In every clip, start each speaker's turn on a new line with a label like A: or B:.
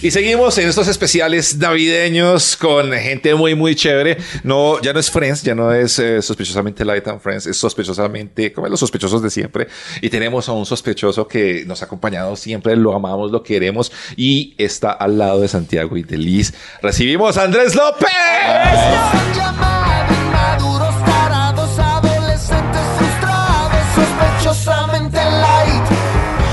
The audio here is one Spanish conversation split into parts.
A: Y seguimos en estos especiales navideños con gente muy, muy chévere. No, ya no es Friends, ya no es eh, sospechosamente Light and Friends, es sospechosamente, como los sospechosos de siempre. Y tenemos a un sospechoso que nos ha acompañado siempre, lo amamos, lo queremos y está al lado de Santiago y de Liz. Recibimos a Andrés López.
B: Son llamados inmaduros, tarados, adolescentes frustrados, sospechosamente light.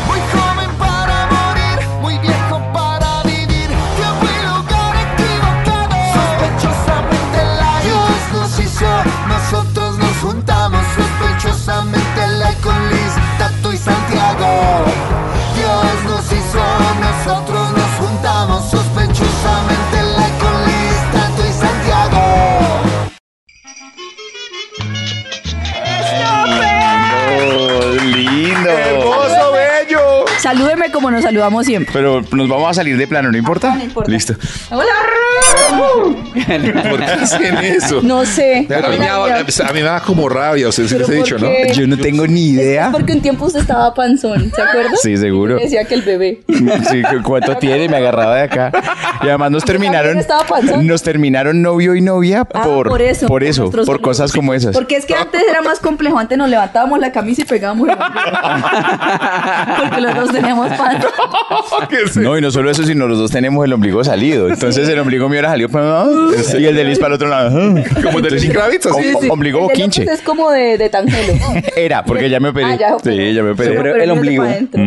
B: Muy joven para morir, muy viejo para vivir. Tiempo y lugar equivocado, sospechosamente light. Dios nos hizo, nosotros nos juntamos, sospechosamente light con Liz, Tato y Santiago. Dios nos hizo, nosotros nos juntamos, sospechosamente light con Liz, Tato y Santiago.
C: lindo.
A: Hermoso, bello.
D: Salúdeme como nos saludamos siempre.
C: Pero nos vamos a salir de plano, ¿no importa?
D: No importa.
C: Listo.
A: ¿Por qué hacen eso?
D: No sé.
A: A mí, me da, a mí me da como rabia, o sea, si
D: Pero
A: les he
D: ¿por
A: dicho, ¿no?
D: qué?
C: Yo no tengo ni idea.
D: Eh, Porque un tiempo usted estaba panzón, ¿se acuerda?
C: Sí, seguro.
D: Decía que el bebé.
C: Sí, cu- ¿Cuánto tiene? Me agarraba de acá. Y además nos terminaron.
D: estaba panzón.
C: Nos terminaron novio y novia
D: Ah,
C: por, por eso. Por,
D: nuestros amigos.
C: cosas como esas.
D: Porque es que antes era más complejo, antes nos levantábamos la camisa y pegábamos. el ombligo. Porque los dos teníamos panzón.
C: No, y no solo eso, sino los dos tenemos el ombligo salido. Entonces el ombligo mío era salido para un lado, y el de Liz para el otro lado.
A: Como de Lenny Kravitz, así.
C: Sí, sí. Ombligo
D: El de
C: boquinche.
D: López Es como de, de Tangelo.
C: Era, porque ya me operé.
D: Ah, ya,
C: sí, ya me operé.
E: Pero
D: Pero
E: el
D: yo de
E: ombligo.
D: pa' adentro.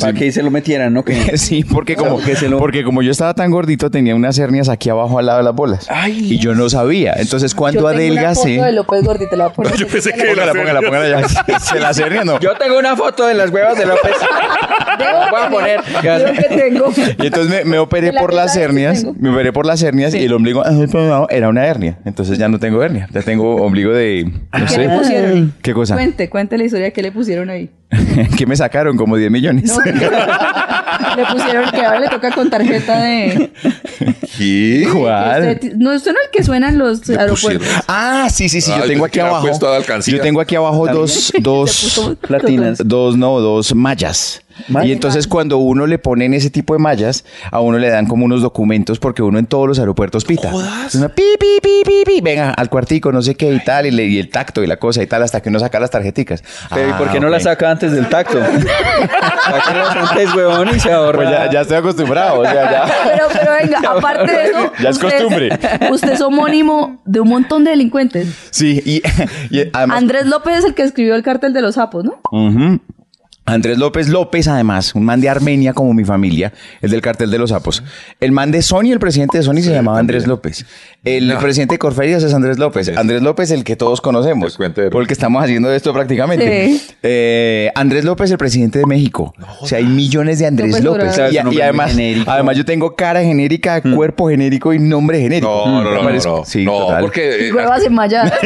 E: Para que ahí se lo metieran, ¿no? Que-
C: Sí, porque como,
E: que se lo-
C: porque como yo estaba tan gordito, tenía unas hernias aquí abajo al lado de las bolas.
E: Ay.
C: y yo no sabía. Entonces,
D: Yo
C: cuando
D: tengo una foto
C: adelgacé.
D: de López Gordi, te la voy a poner.
C: Póngala, póngala, póngala ya. ¿Se las hernias no?
E: Yo tengo una foto de las huevas de López.
D: Debo
E: Voy a poner.
D: Creo que tengo.
C: Y entonces me, me operé
D: De la
C: por
D: que
C: las
D: sabes que
C: hernias,
D: tengo.
C: me operé por las hernias y el ombligo ah, por un lado, era una hernia. Entonces ya no tengo hernia, ya tengo ombligo de... No
D: ¿Qué
C: sé.
D: le pusieron?
C: ¿Qué cosa?
D: Cuente, cuente la historia que le pusieron ahí.
C: ¿Qué me sacaron? Como 10 millones.
D: No. le pusieron que ahora le toca con tarjeta de.
C: ¿Qué? ¿Cuál?
D: Usted- no, usted no es el que suena en los
A: pusieron.
D: aeropuertos.
C: Ah, sí, sí, sí,
A: Ah,
C: yo
A: yo pensé
C: tengo aquí
A: que era
C: abajo.
A: puesto de alcancía.
C: Yo tengo aquí abajo dos, dos,
D: puso-
E: Platinas.
C: dos, no, dos mallas.
E: Mallas.
C: Y entonces cuando uno le ponen ese tipo de mallas, a uno le dan como unos documentos porque uno en todos los aeropuertos pita. Es Una pi, pi, pi, pi, pi, venga, al cuartico, no sé qué y tal, y, le- y el tacto y la cosa y tal, hasta que uno saca las tarjeticas.
E: Pero ¿y por
C: Ah,
E: qué no la
C: ok.
E: saca antes del tacto? Sáquelas antes, huevón, y se ahorra.
C: Pues ya, ya estoy acostumbrado, o sea, ya.
D: Pero, pero venga, aparte de eso.
C: Ya es
D: usted
C: costumbre.
D: Usted es homónimo de un montón de delincuentes.
C: Sí, y, y además...
D: Andrés López es el que escribió el cartel de los sapos, ¿no?
C: Ujú. Andrés López López, además, un man de Armenia como mi familia, el del cartel de los sapos. El man de Sony, el presidente de Sony, se llamaba Andrés López. El presidente de Corferias es Andrés López. Andrés López, el que todos
A: El
C: conocemos,
A: cuentero.
C: porque estamos haciendo esto prácticamente.
D: Sí.
C: Eh, Andrés López, el presidente de México. o sea, hay millones de Andrés
D: López
C: López.
D: Obrador.
C: Y,
E: Claro, es un
C: y
E: hombre
C: además,
E: muy genérico.
C: además, yo tengo cara genérica, cuerpo genérico y nombre genérico.
A: Mm. No, no, no, no,
C: Parezco-
A: no.
C: Sí,
A: no,
C: total.
A: porque eh,
D: Huevas en malla.
A: es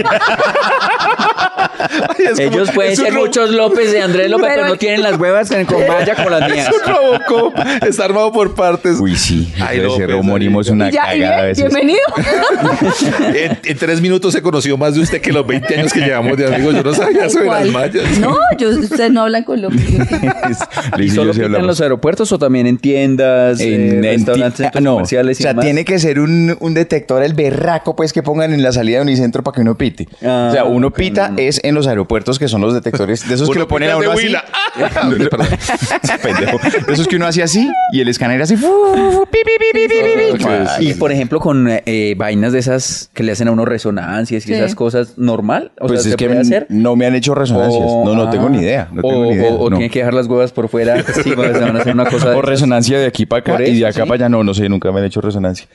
A: como-
E: Ellos pueden
A: es un
E: ser
A: ro-
E: muchos López de Andrés López,
D: Pero
E: pero, no
D: el-
E: tienen las huevas en- con malla con las mías.
A: Es un Robocop. Está armado por partes.
C: Uy, sí.
A: Ay,
C: Debe
A: López,
C: ser homónimo, es
A: marica.
C: una
D: ya, y
C: cagada a
D: bien,
C: veces.
D: bienvenido.
A: En, en tres minutos se conoció más de usted que los 20 años que llevamos de amigos. Yo no sabía sobre las
D: ¿Cuál?
A: mallas.
D: No, yo, ustedes no hablan con López.
C: Le
E: ¿Y
C: hice yo
E: solo
C: sí
E: pintan en
C: hablamos.
E: los aeropuertos o también en tiendas, en,
C: en, en
E: eh, restaurantes,
C: ti- ah,
E: centros
C: no, o
E: comerciales y
C: sea,
E: demás?
C: tiene que ser un, un detector, el berraco, pues, que pongan en la salida de Unicentro para que uno pite.
E: Ah,
C: o sea, uno
E: ok,
C: pita
E: no, no.
C: es en los aeropuertos que son los detectores, de esos que
A: Uno
C: lo ponen a
A: pica
C: uno
A: de
C: así.
A: Huila.
C: No, perdón. Pendejo. De esos que uno hace así y el escáner hace. fu, fu, fu, pi, pi, pi, pi, pi, pi.
A: Ah,
E: Y por ejemplo, con eh, eh, vainas de esas que le hacen a uno resonancias y
D: Sí.
E: esas cosas, normal. O
C: Pues
E: sea,
C: es
E: ¿se
C: que
E: puede hacer?
C: no me han hecho resonancias.
E: O-
C: no, no
E: ah.
C: tengo ni idea. No tengo
E: o,
C: ni idea.
E: o- o
C: no.
E: tienen que dejar las huevas por fuera. Sí, porque se van a hacer una cosa. de
C: O
E: esas.
C: resonancia de aquí para acá
E: Por
C: y de
E: eso,
C: acá
E: sí.
C: para allá. No, no sé, nunca me han hecho resonancia.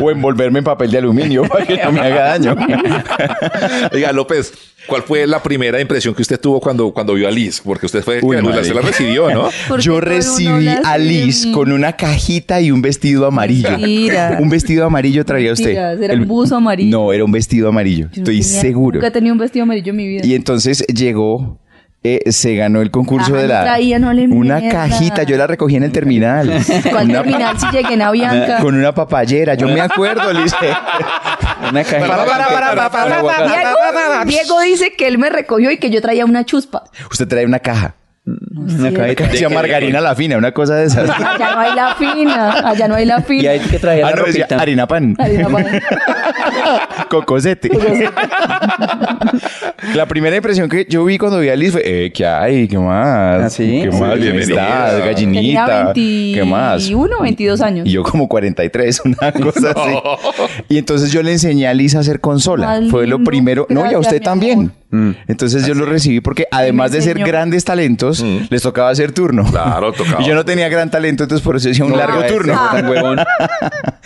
C: O envolverme en papel de aluminio para que no me haga daño.
A: Oiga, López, ¿cuál fue la primera impresión que usted tuvo cuando, cuando vio a Liz? Porque usted fue
C: Uy,
A: que la-
C: marica.
A: se la recibió, ¿no?
D: ¿Por qué
C: Yo
D: todo el mundo
C: recibí
D: habla
C: a
D: así de
C: Liz
D: mí?
C: con una cajita y un vestido amarillo.
D: Mentira.
C: Un vestido amarillo traía usted.
D: Mentiras, era un buzo amarillo.
C: No, era un vestido amarillo.
D: Yo no
C: Estoy
D: tenía-
C: seguro.
D: Nunca he tenido un vestido amarillo en mi vida.
C: Y entonces llegó, eh, se ganó el concurso
D: Ajá,
C: de
D: no
C: la.
D: traía, no le
C: una
D: mierda.
C: cajita, yo la recogí en el terminal.
D: ¿Cuál
C: Una-
D: terminal si llegué en Avianca?
C: Con una papayera, yo me acuerdo, Liz.
E: Una cajita.
A: Para, para, para, para, para,
D: Diego, Diego dice que él me recogió y que yo traía una chuspa.
C: Usted trae una caja.
D: No es cierto.
C: Ahí se llama margarina la fina, una cosa de esas. ah,
D: Allá no hay la fina. Allá no hay la
E: Y
D: fina.
E: hay que traer la
C: no, decía
E: ropita.
C: harina pan.
D: Harina pan.
C: Cocosete. la primera impresión que yo vi cuando vi a Liz fue, eh, ¿qué hay? ¿Qué más?
E: ¿Ah, sí?
C: ¿Qué más?
E: Sí,
C: ¿Cómo
A: bienvenida.
C: estás? Gallinita.
D: Tenía 21,
C: ¿Qué más?
D: 22 años.
C: Y yo como 43, una cosa así. Y entonces yo le enseñé a Lisa a hacer consola.
D: Ay,
C: Fue lo
D: no,
C: primero. no, y a
D: gracias,
C: usted
D: mi
C: también.
E: amor.
C: Entonces yo lo recibí porque además de ser
D: enseñó.
C: grandes talentos,
E: Mm.
C: les tocaba hacer turno.
A: Claro, tocaba.
C: Y yo no tenía gran talento, entonces por eso hacía un
E: No,
C: largo
E: este
C: turno.
E: tan huevón.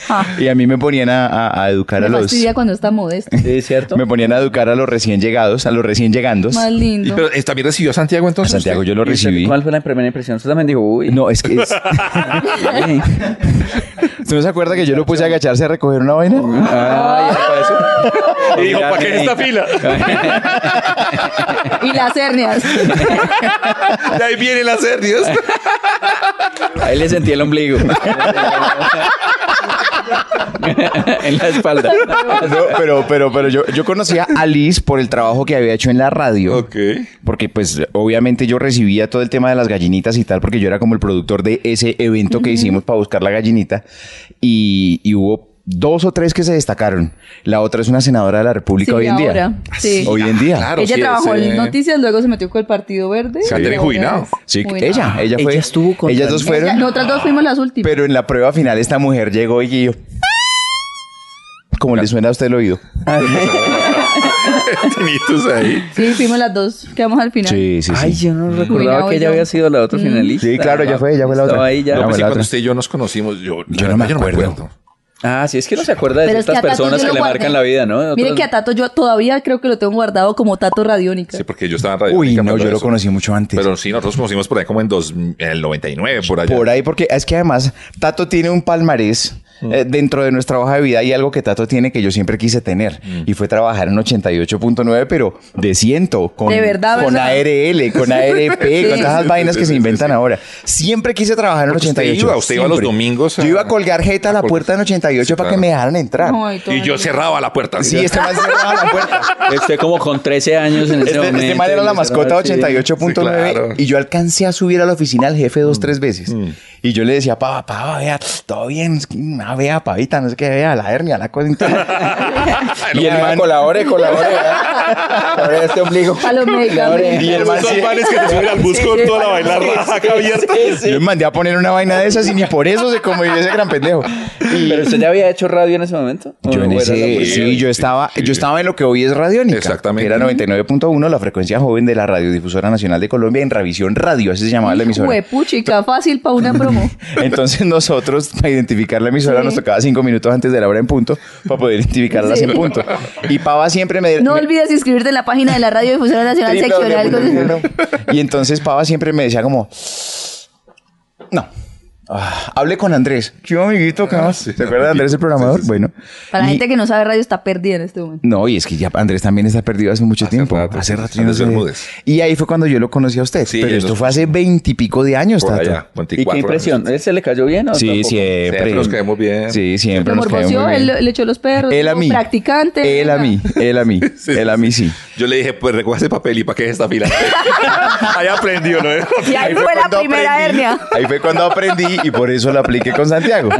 D: Ah,
C: Y a mí me ponían a, a- a educar
D: me
C: a los...
D: fastidia cuando está modesto.
E: Sí, ¿cierto?
C: Me ponían a educar a los recién llegados, a los recién llegandos.
D: Más
A: Y-
D: lindo.
A: pero eh, también recibió a Santiago
C: A
A: entonces.
C: Santiago yo lo
E: ¿Y usted
C: recibí.
E: ¿Cuál fue la primera impresión? Usted también dijo, uy.
C: No, es que... es-
E: Ay,
C: ¿Usted no se acuerda que yo lo puse a agacharse a recoger una vaina?
E: ay, ¿para eso?
A: Y dijo, ¿para qué en esta fila?
D: Y las hernias.
A: De ahí viene la ser, Dios.
E: Ahí le sentí el ombligo. en la espalda.
C: No, pero, pero, pero yo, yo conocía a Liz por el trabajo que había hecho en la radio.
A: Ok.
C: Porque pues obviamente yo recibía todo el tema de las gallinitas y tal, porque yo era como el productor de ese evento que hicimos para buscar la gallinita. Y, y hubo dos o tres que se destacaron. La otra es una senadora de la República
D: Sí,
C: hoy en
D: ahora,
E: Ah,
C: día.
D: sí.
C: Hoy en día.
A: Claro,
D: ella
A: sí,
D: trabajó
A: ese-
D: en noticias, luego se metió con el Partido Verde.
A: Sí. Catherine
D: Y ahora
A: Juinao.
D: es
C: Sí,
D: Juinao.
C: ella, ella
E: Ella
C: fue.
E: estuvo contra
C: ellas
E: mí.
C: dos
D: Ella-
C: fueron.
D: Nosotras dos fuimos las últimas.
C: Pero en la prueba final esta mujer llegó y yo. Como le suena a usted el oído.
A: Tinitos ahí.
D: Sí, fuimos las dos. Quedamos al final.
C: Sí, sí, sí.
E: Ay, yo no recordaba
D: Cuidado,
E: que ella
D: yo.
E: había sido la otra finalista.
C: Sí, claro, ella fue, ella fue la
E: Estaba
C: otra.
E: ahí ya.
C: No,
A: Lo que
C: pues
A: sí,
C: la
A: cuando
C: otra.
A: usted y yo nos conocimos, yo, la
C: no me
A: verdad,
C: acuerdo.
E: Ah, sí, es que no se acuerda de
D: Pero es que
E: ciertas
D: a Tato
E: personas
D: yo
E: que
D: lo
E: le
D: guardé.
E: marcan la vida, ¿no? De
D: Mire
E: otras-
D: que a Tato yo todavía creo que lo tengo guardado como Tato Radiónica.
A: Sí, porque yo estaba en radio.
C: Uy,
A: Única,
C: no,
A: pero
C: yo lo
A: eso-
C: conocí mucho antes.
A: Pero sí, nosotros conocimos por ahí como en, dos, en el 99, por allá.
C: Por ahí, porque es que además Tato tiene un palmarés
A: Mm.
C: eh, dentro de nuestra hoja de vida y algo que Tato tiene que yo siempre quise tener
A: Mm.
C: y fue trabajar en 88.9, pero de ciento, con,
D: De verdad,
C: con
D: ¿verdad?
C: ARL, con ARP,
D: Sí.
C: con todas esas vainas que se inventan ahora. Siempre quise trabajar en
A: Porque usted
C: 88.
A: iba, usted iba los
C: siempre.
A: domingos a-
C: Yo iba a colgar jeta a la
A: colgar.
C: puerta en 88
A: Sí,
C: para
A: claro.
C: que me dejaran entrar.
D: Ay, todo
A: Y yo
D: el-
A: cerraba la puerta.
C: Sí, este man cerraba la puerta.
E: Usted como con 13 años en ese
C: Este,
E: momento. "Ah,
C: este man era la mascota
E: Sí.
C: 88.9
A: Sí, claro.
C: y yo alcancé a subir a la oficina al jefe dos, tres veces. Y yo le decía, pava, pava, vea, todo bien, es que, ah, vea, pavita, no sé qué, vea, la hernia, la cosa.
A: Y el
C: man, colabore, colabore, vea. Colabore este ombligo.
D: A los medicamentos.
C: Y el man, sí,
A: que te suben al bus con toda la bailar raja abierta.
C: yo me mandé a poner una vaina de esas y ni por eso se convivió ese gran pendejo. Y
E: ¿Pero usted ya había hecho radio en ese momento?
C: Yo
E: ¿O
C: en
E: era
C: ese-
E: la primera?
C: sí, yo
A: sí,
C: estaba,
A: sí.
C: yo estaba en lo que hoy es Radiónica.
A: Exactamente.
C: Era 99.1, la frecuencia joven de la Radiodifusora Nacional de Colombia en Revisión Radio, así se llamaba la emisora.
D: Huepuchica, fácil para una promo.
C: Entonces nosotros, para identificar la emisora,
D: Sí.
C: nos tocaba cinco minutos antes de la hora en punto, para poder identificarlas
D: Sí.
C: en punto. Y Pava siempre me...
D: No
C: me-
D: olvides inscribirte en la página de la Radio Difusión Nacional Seccional. con-
C: Y entonces Pava siempre me decía como... No. Ah, hable con Andrés. ¿Qué hubo, amiguito? ¿Qué más?
A: sí.
C: ¿Se acuerda de Andrés, el programador? Bueno.
D: Para la
C: Y-
D: gente que no sabe radio está perdida en este momento.
C: No, y es que ya Andrés también está perdido hace mucho
A: Hace
C: tiempo.
A: rato,
C: hace
A: sí.
C: rato yo no
A: Andrés
C: sé.
A: Bermúdez.
C: Y ahí fue cuando yo lo conocí a usted.
A: Sí,
C: pero
A: yo
C: esto
A: lo-
C: fue hace veintipico de años,
A: Por
C: Tato.
A: allá,
E: ¿Y
A: 24
E: qué impresión? ¿eh?
A: años.
E: ¿Él se le cayó bien o
C: Sí,
E: tampoco?
C: siempre.
A: Siempre nos caemos bien.
C: Sí,
D: Lo
C: siempre nos caemos
D: morboció,
C: muy
D: él
C: bien.
D: le echó los perros.
C: Él a
D: dijo,
C: mí.
D: Practicante.
C: Él a mí, él a mí,
A: Sí,
C: él a mí sí.
A: Yo le dije, pues recoge ese papel y para qué es esta fila. ahí aprendió, ¿no?
D: Y ahí, fue, la
C: cuando
D: primera
C: aprendí-
D: hernia.
C: Ahí fue cuando aprendí y por eso la apliqué con Santiago.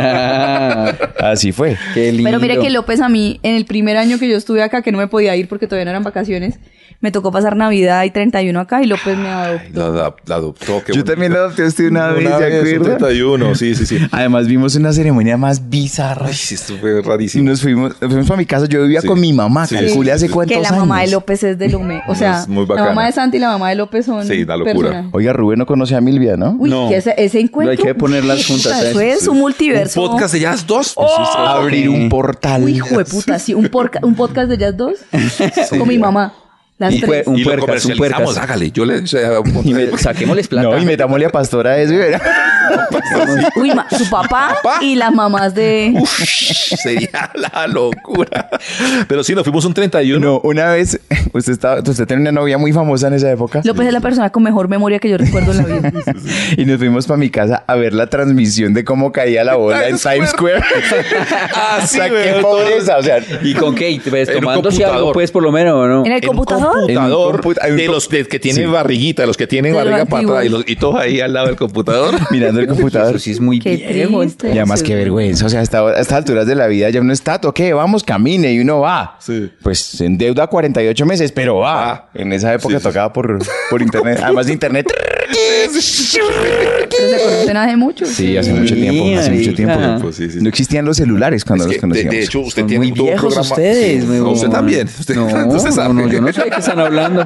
E: Ah,
C: Así fue.
E: qué lindo.
D: Pero mire que López a mí, en el primer año que yo estuve acá, que no me podía ir porque todavía no eran vacaciones, me tocó pasar Navidad y 31 acá y López me adoptó.
A: La, la- la adoptó. qué
C: Yo
A: bonito.
C: también lo adopté a usted una, vez,
A: Una
C: ¿se
A: vez, un
C: acuerda?
A: 31, sí, sí, sí.
C: Además vimos una ceremonia más bizarra.
A: Ay, sí, esto fue
C: Y
A: rarísimo.
C: nos fuimos, nos fuimos para mi casa. Yo vivía
A: Sí.
C: con mi mamá.
A: Sí,
C: Calcule
A: sí,
C: hace
A: sí.
C: cuántos
D: Que
C: años.
D: la mamá de López es de Lume. O sea,
A: Es muy
D: la
A: bacana.
D: mamá de Santi y la mamá de López son.
A: Sí, la locura.
D: personajes.
C: Oiga, Rubén no conoce a Milvia, ¿no?
D: Uy,
E: No.
D: que ese, ese encuentro.
E: Hay que ponerlas
D: Uy,
E: juntas,
D: Eso
E: ¿eh?
D: es un multiverso.
A: ¿Un podcast de jazz 2?
C: abrir un portal.
D: Uy, hijo de puta, sí, un, porca- un podcast de Jazz 2 con mi mamá. Las
E: Y fue
D: tres.
E: un
A: y lo
E: puercas, un
A: comercializamos,
E: puercas.
A: hágale. Yo le...
E: Y me- saquémosles plata.
C: No, y metámosle a Pastora a eso. ¿verdad?
D: Uy, ma- su papá,
A: ¿Papá?
D: y las mamás de.
A: Uf, sería la locura. Pero sí, nos fuimos un 31.
C: No, una vez, usted, estaba, usted tenía una novia muy famosa en esa época.
D: López es la persona con mejor memoria que yo recuerdo en la vida.
C: Y nos fuimos para mi casa a ver la transmisión de cómo caía la bola en
A: Times
C: Times Square.
A: Ah,
C: o
A: sí,
C: sea,
A: weón,
C: qué
A: todo-
C: pobreza. O sea,
E: ¿Y con qué? Pues,
A: Era un
E: tomándose algo,
A: computador.
E: pues, por lo menos, ¿o ¿no?
D: En el
A: En un
D: computador.
A: computador
C: computa- hay un
A: de
C: co-
A: los de- que tienen
C: Sí.
A: barriguita, los que tienen
D: De los
A: barriga para atrás y,
D: antiguos.
A: los- y todos ahí al lado del computador.
C: mirando el computador.
E: Eso sí es muy
D: Qué
E: viejo.
D: triste.
C: Y además, qué vergüenza. O sea, hasta ahora- a estas alturas de la vida ya uno está, toque, vamos, camine y uno va.
A: Sí.
C: Pues se endeuda 48 meses, pero va.
A: Ah.
C: en esa época
A: Sí, sí,
C: tocaba Por, por internet. Además de internet.
D: Pero se conocen hace mucho.
C: Sí, hace mucho tiempo. Hace mucho tiempo.
E: Ah.
A: Pues sí, sí.
C: No existían los celulares cuando
A: Es
C: los
A: que, de,
C: conocíamos.
A: de hecho, usted
E: Son
A: tiene
E: muy
A: todo un
E: viejos
A: programa.
E: ustedes,
A: Sí.
E: huevón.
A: Usted también. Usted,
E: no,
A: usted sabe.
E: no, no, yo no sé de qué están hablando.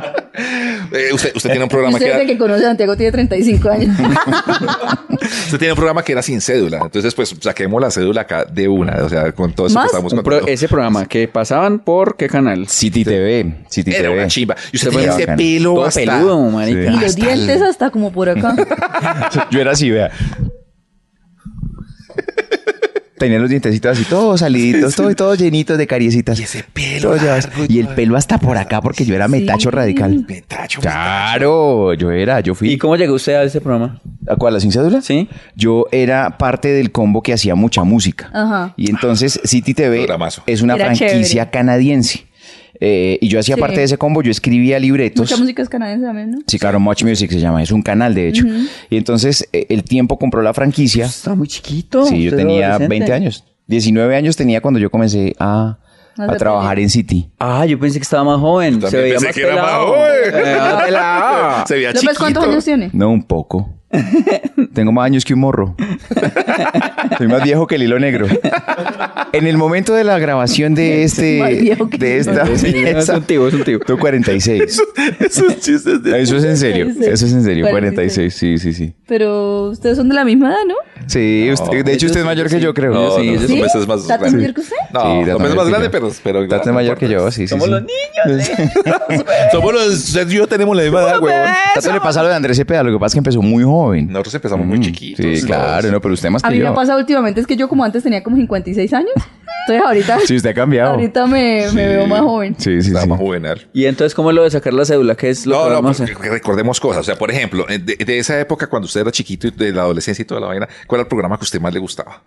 A: Eh, usted, usted tiene un
D: Yo
A: programa
D: sé
A: que
D: desde
A: era,
D: que conoce a Santiago tiene 35 años.
A: usted tiene un programa que era sin cédula. Entonces, pues saquemos la cédula acá de una. O sea, con todo eso
D: ¿Más?
A: que estamos
E: Un pro-
A: contando.
E: ese programa que pasaban por qué canal.
C: City TV. City
A: Era
C: TV.
A: una chimba. Y usted
C: Era
A: tenía ese
C: bacana.
A: pelo
E: Todo
A: hasta-
E: peludo, marica.
D: Y los
C: Hasta
D: dientes
C: el-
D: hasta como por acá.
C: Yo era así, vea. Tenía los dientecitos así, todos saliditos, todos, todos llenitos de cariecitas. Y ese pelo. y el pelo hasta por acá, porque yo era metacho radical. Metacho. Claro, yo era, yo fui.
E: ¿Y cómo llegó usted a ese programa?
C: ¿A cuál? ¿La sin cédula?
E: Sí.
C: Yo era parte del combo que hacía mucha música.
D: Ajá.
C: Y entonces City TV
A: Programazo.
C: es una
D: Era
C: franquicia
D: chévere.
C: canadiense. Eh, y yo hacía
D: Sí.
C: parte de ese combo, yo escribía libretos.
D: Mucha música es canadiense también, ¿no?
C: Sí, claro, Much Music se llama, es un canal de hecho. Y entonces eh, el tiempo compró la franquicia.
E: Estaba muy chiquito.
C: Sí, yo
E: usted era
C: tenía
E: adolescente.
C: 20 años. 19 años tenía cuando yo comencé a,
D: No
C: a
D: se
C: trabajar
D: puede.
C: en City.
E: Ah, yo pensé que estaba más joven.
A: También
E: se veía
A: pensé
E: más
A: que era
E: pelado.
A: más joven.
E: Se veía más pelado.
A: Ah, Se veía
D: López,
A: chiquito.
D: ¿cuántos años tiene?
C: No, un poco. Tengo más años que un morro. Soy más viejo que el hilo negro. En el momento de la grabación de este...
D: Más viejo que
C: de
D: el hilo
C: esta
E: negro. Es
C: fiesta...
E: un tío, es un tío.
C: Tú 46.
A: Esos chistes de...
C: Eso es en serio. Eso es en serio. 46. Sí, sí, sí.
D: Pero ustedes son de la misma edad, ¿no?
C: Sí, usted- de hecho usted es mayor que yo, creo.
A: No,
E: Sí,
A: no,
E: ellos
A: López
D: son-
A: pues, es más
D: ¿Tata es mayor que usted?
A: No,
C: Sí,
A: López
C: Tata
A: es
C: mayor
A: más
C: que
A: grande,
C: yo.
A: pero... pero
C: Tata es mayor que yo, sí, sí.
E: Somos
C: sí.
E: los niños. ¿eh?
A: Somos los... Usted y yo tenemos la misma edad, huevón.
C: Tato le pasa lo de Andrés Cepeda, lo que pasa es que empezó muy joven.
A: Nosotros empezamos muy
C: Mm,
A: chiquitos.
C: Sí, claro, no, pero usted más
D: A
C: que
D: mí me
C: yo.
D: ha pasado últimamente es que yo como antes tenía como 56 años. Entonces ahorita,
C: Sí, usted ha cambiado.
D: ahorita me, me veo más joven.
C: Sí, sí,
A: Estaba
C: sí.
A: más juvenil.
E: Y entonces, ¿cómo es lo de sacar la cédula? ¿Qué es lo que
A: No, no,
E: vamos a
A: porque
E: hacer?
A: recordemos cosas. O sea, por ejemplo, eh, de, de esa época cuando usted era chiquito y de la adolescencia y toda la vaina, ¿cuál era el programa que a usted más le gustaba?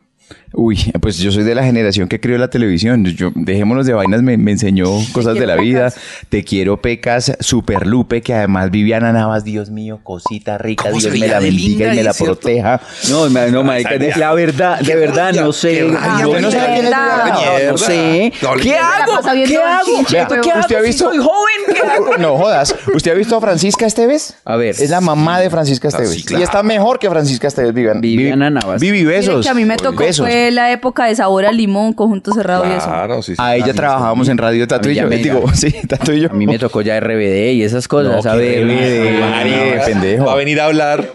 C: Uy, pues yo soy de la generación que crió la televisión. Yo, dejémonos de vainas, me, me enseñó cosas de la vida. Te quiero, Pecas, Super Lupe, que además Viviana Navas, Dios mío, cosita rica,
A: ¿Cómo
C: Dios
A: se
C: me
A: ría
C: la
A: de
C: bendiga
A: linda
C: y me
A: ahí,
C: la
A: cierto?
C: proteja.
E: No, ma- no, marica,
A: rabia.
E: de- la verdad, de verdad, no sé.
A: Qué rabia,
E: No,
C: usted no sabe quién es
E: no,
A: Viviana.
E: no sé.
A: No,
E: ¿Qué
A: Viviana.
E: hago?
D: La pasa viendo
E: ¿Qué hago?
D: bochinche,
E: Vea,
D: huevón.
E: ¿Qué
C: ¿Usted ha
E: hago si
C: visto?
E: soy joven? ¿Qué hago?
C: No jodas. ¿Usted ha visto a Francisca Esteves?
E: A ver.
C: Es la mamá de Francisca Esteves.
A: sí, claro.
C: Y está mejor que Francisca Esteves, Viviana.
E: Viviana Navas.
C: Vivi,
D: Miren
C: besos.
D: que a mí me tocó
C: Besos.
D: fue la época de sabor a limón, conjunto cerrado y eso.
A: Claro, sí. sí.
C: A ella trabajábamos en Radio Tato y yo.
E: Villamella.
C: Digo, sí, Tato y yo.
E: A mí me tocó ya RBD y esas cosas,
C: No,
E: a
C: qué
E: ver.
C: RBD, María, pendejo.
A: Va a venir a hablar.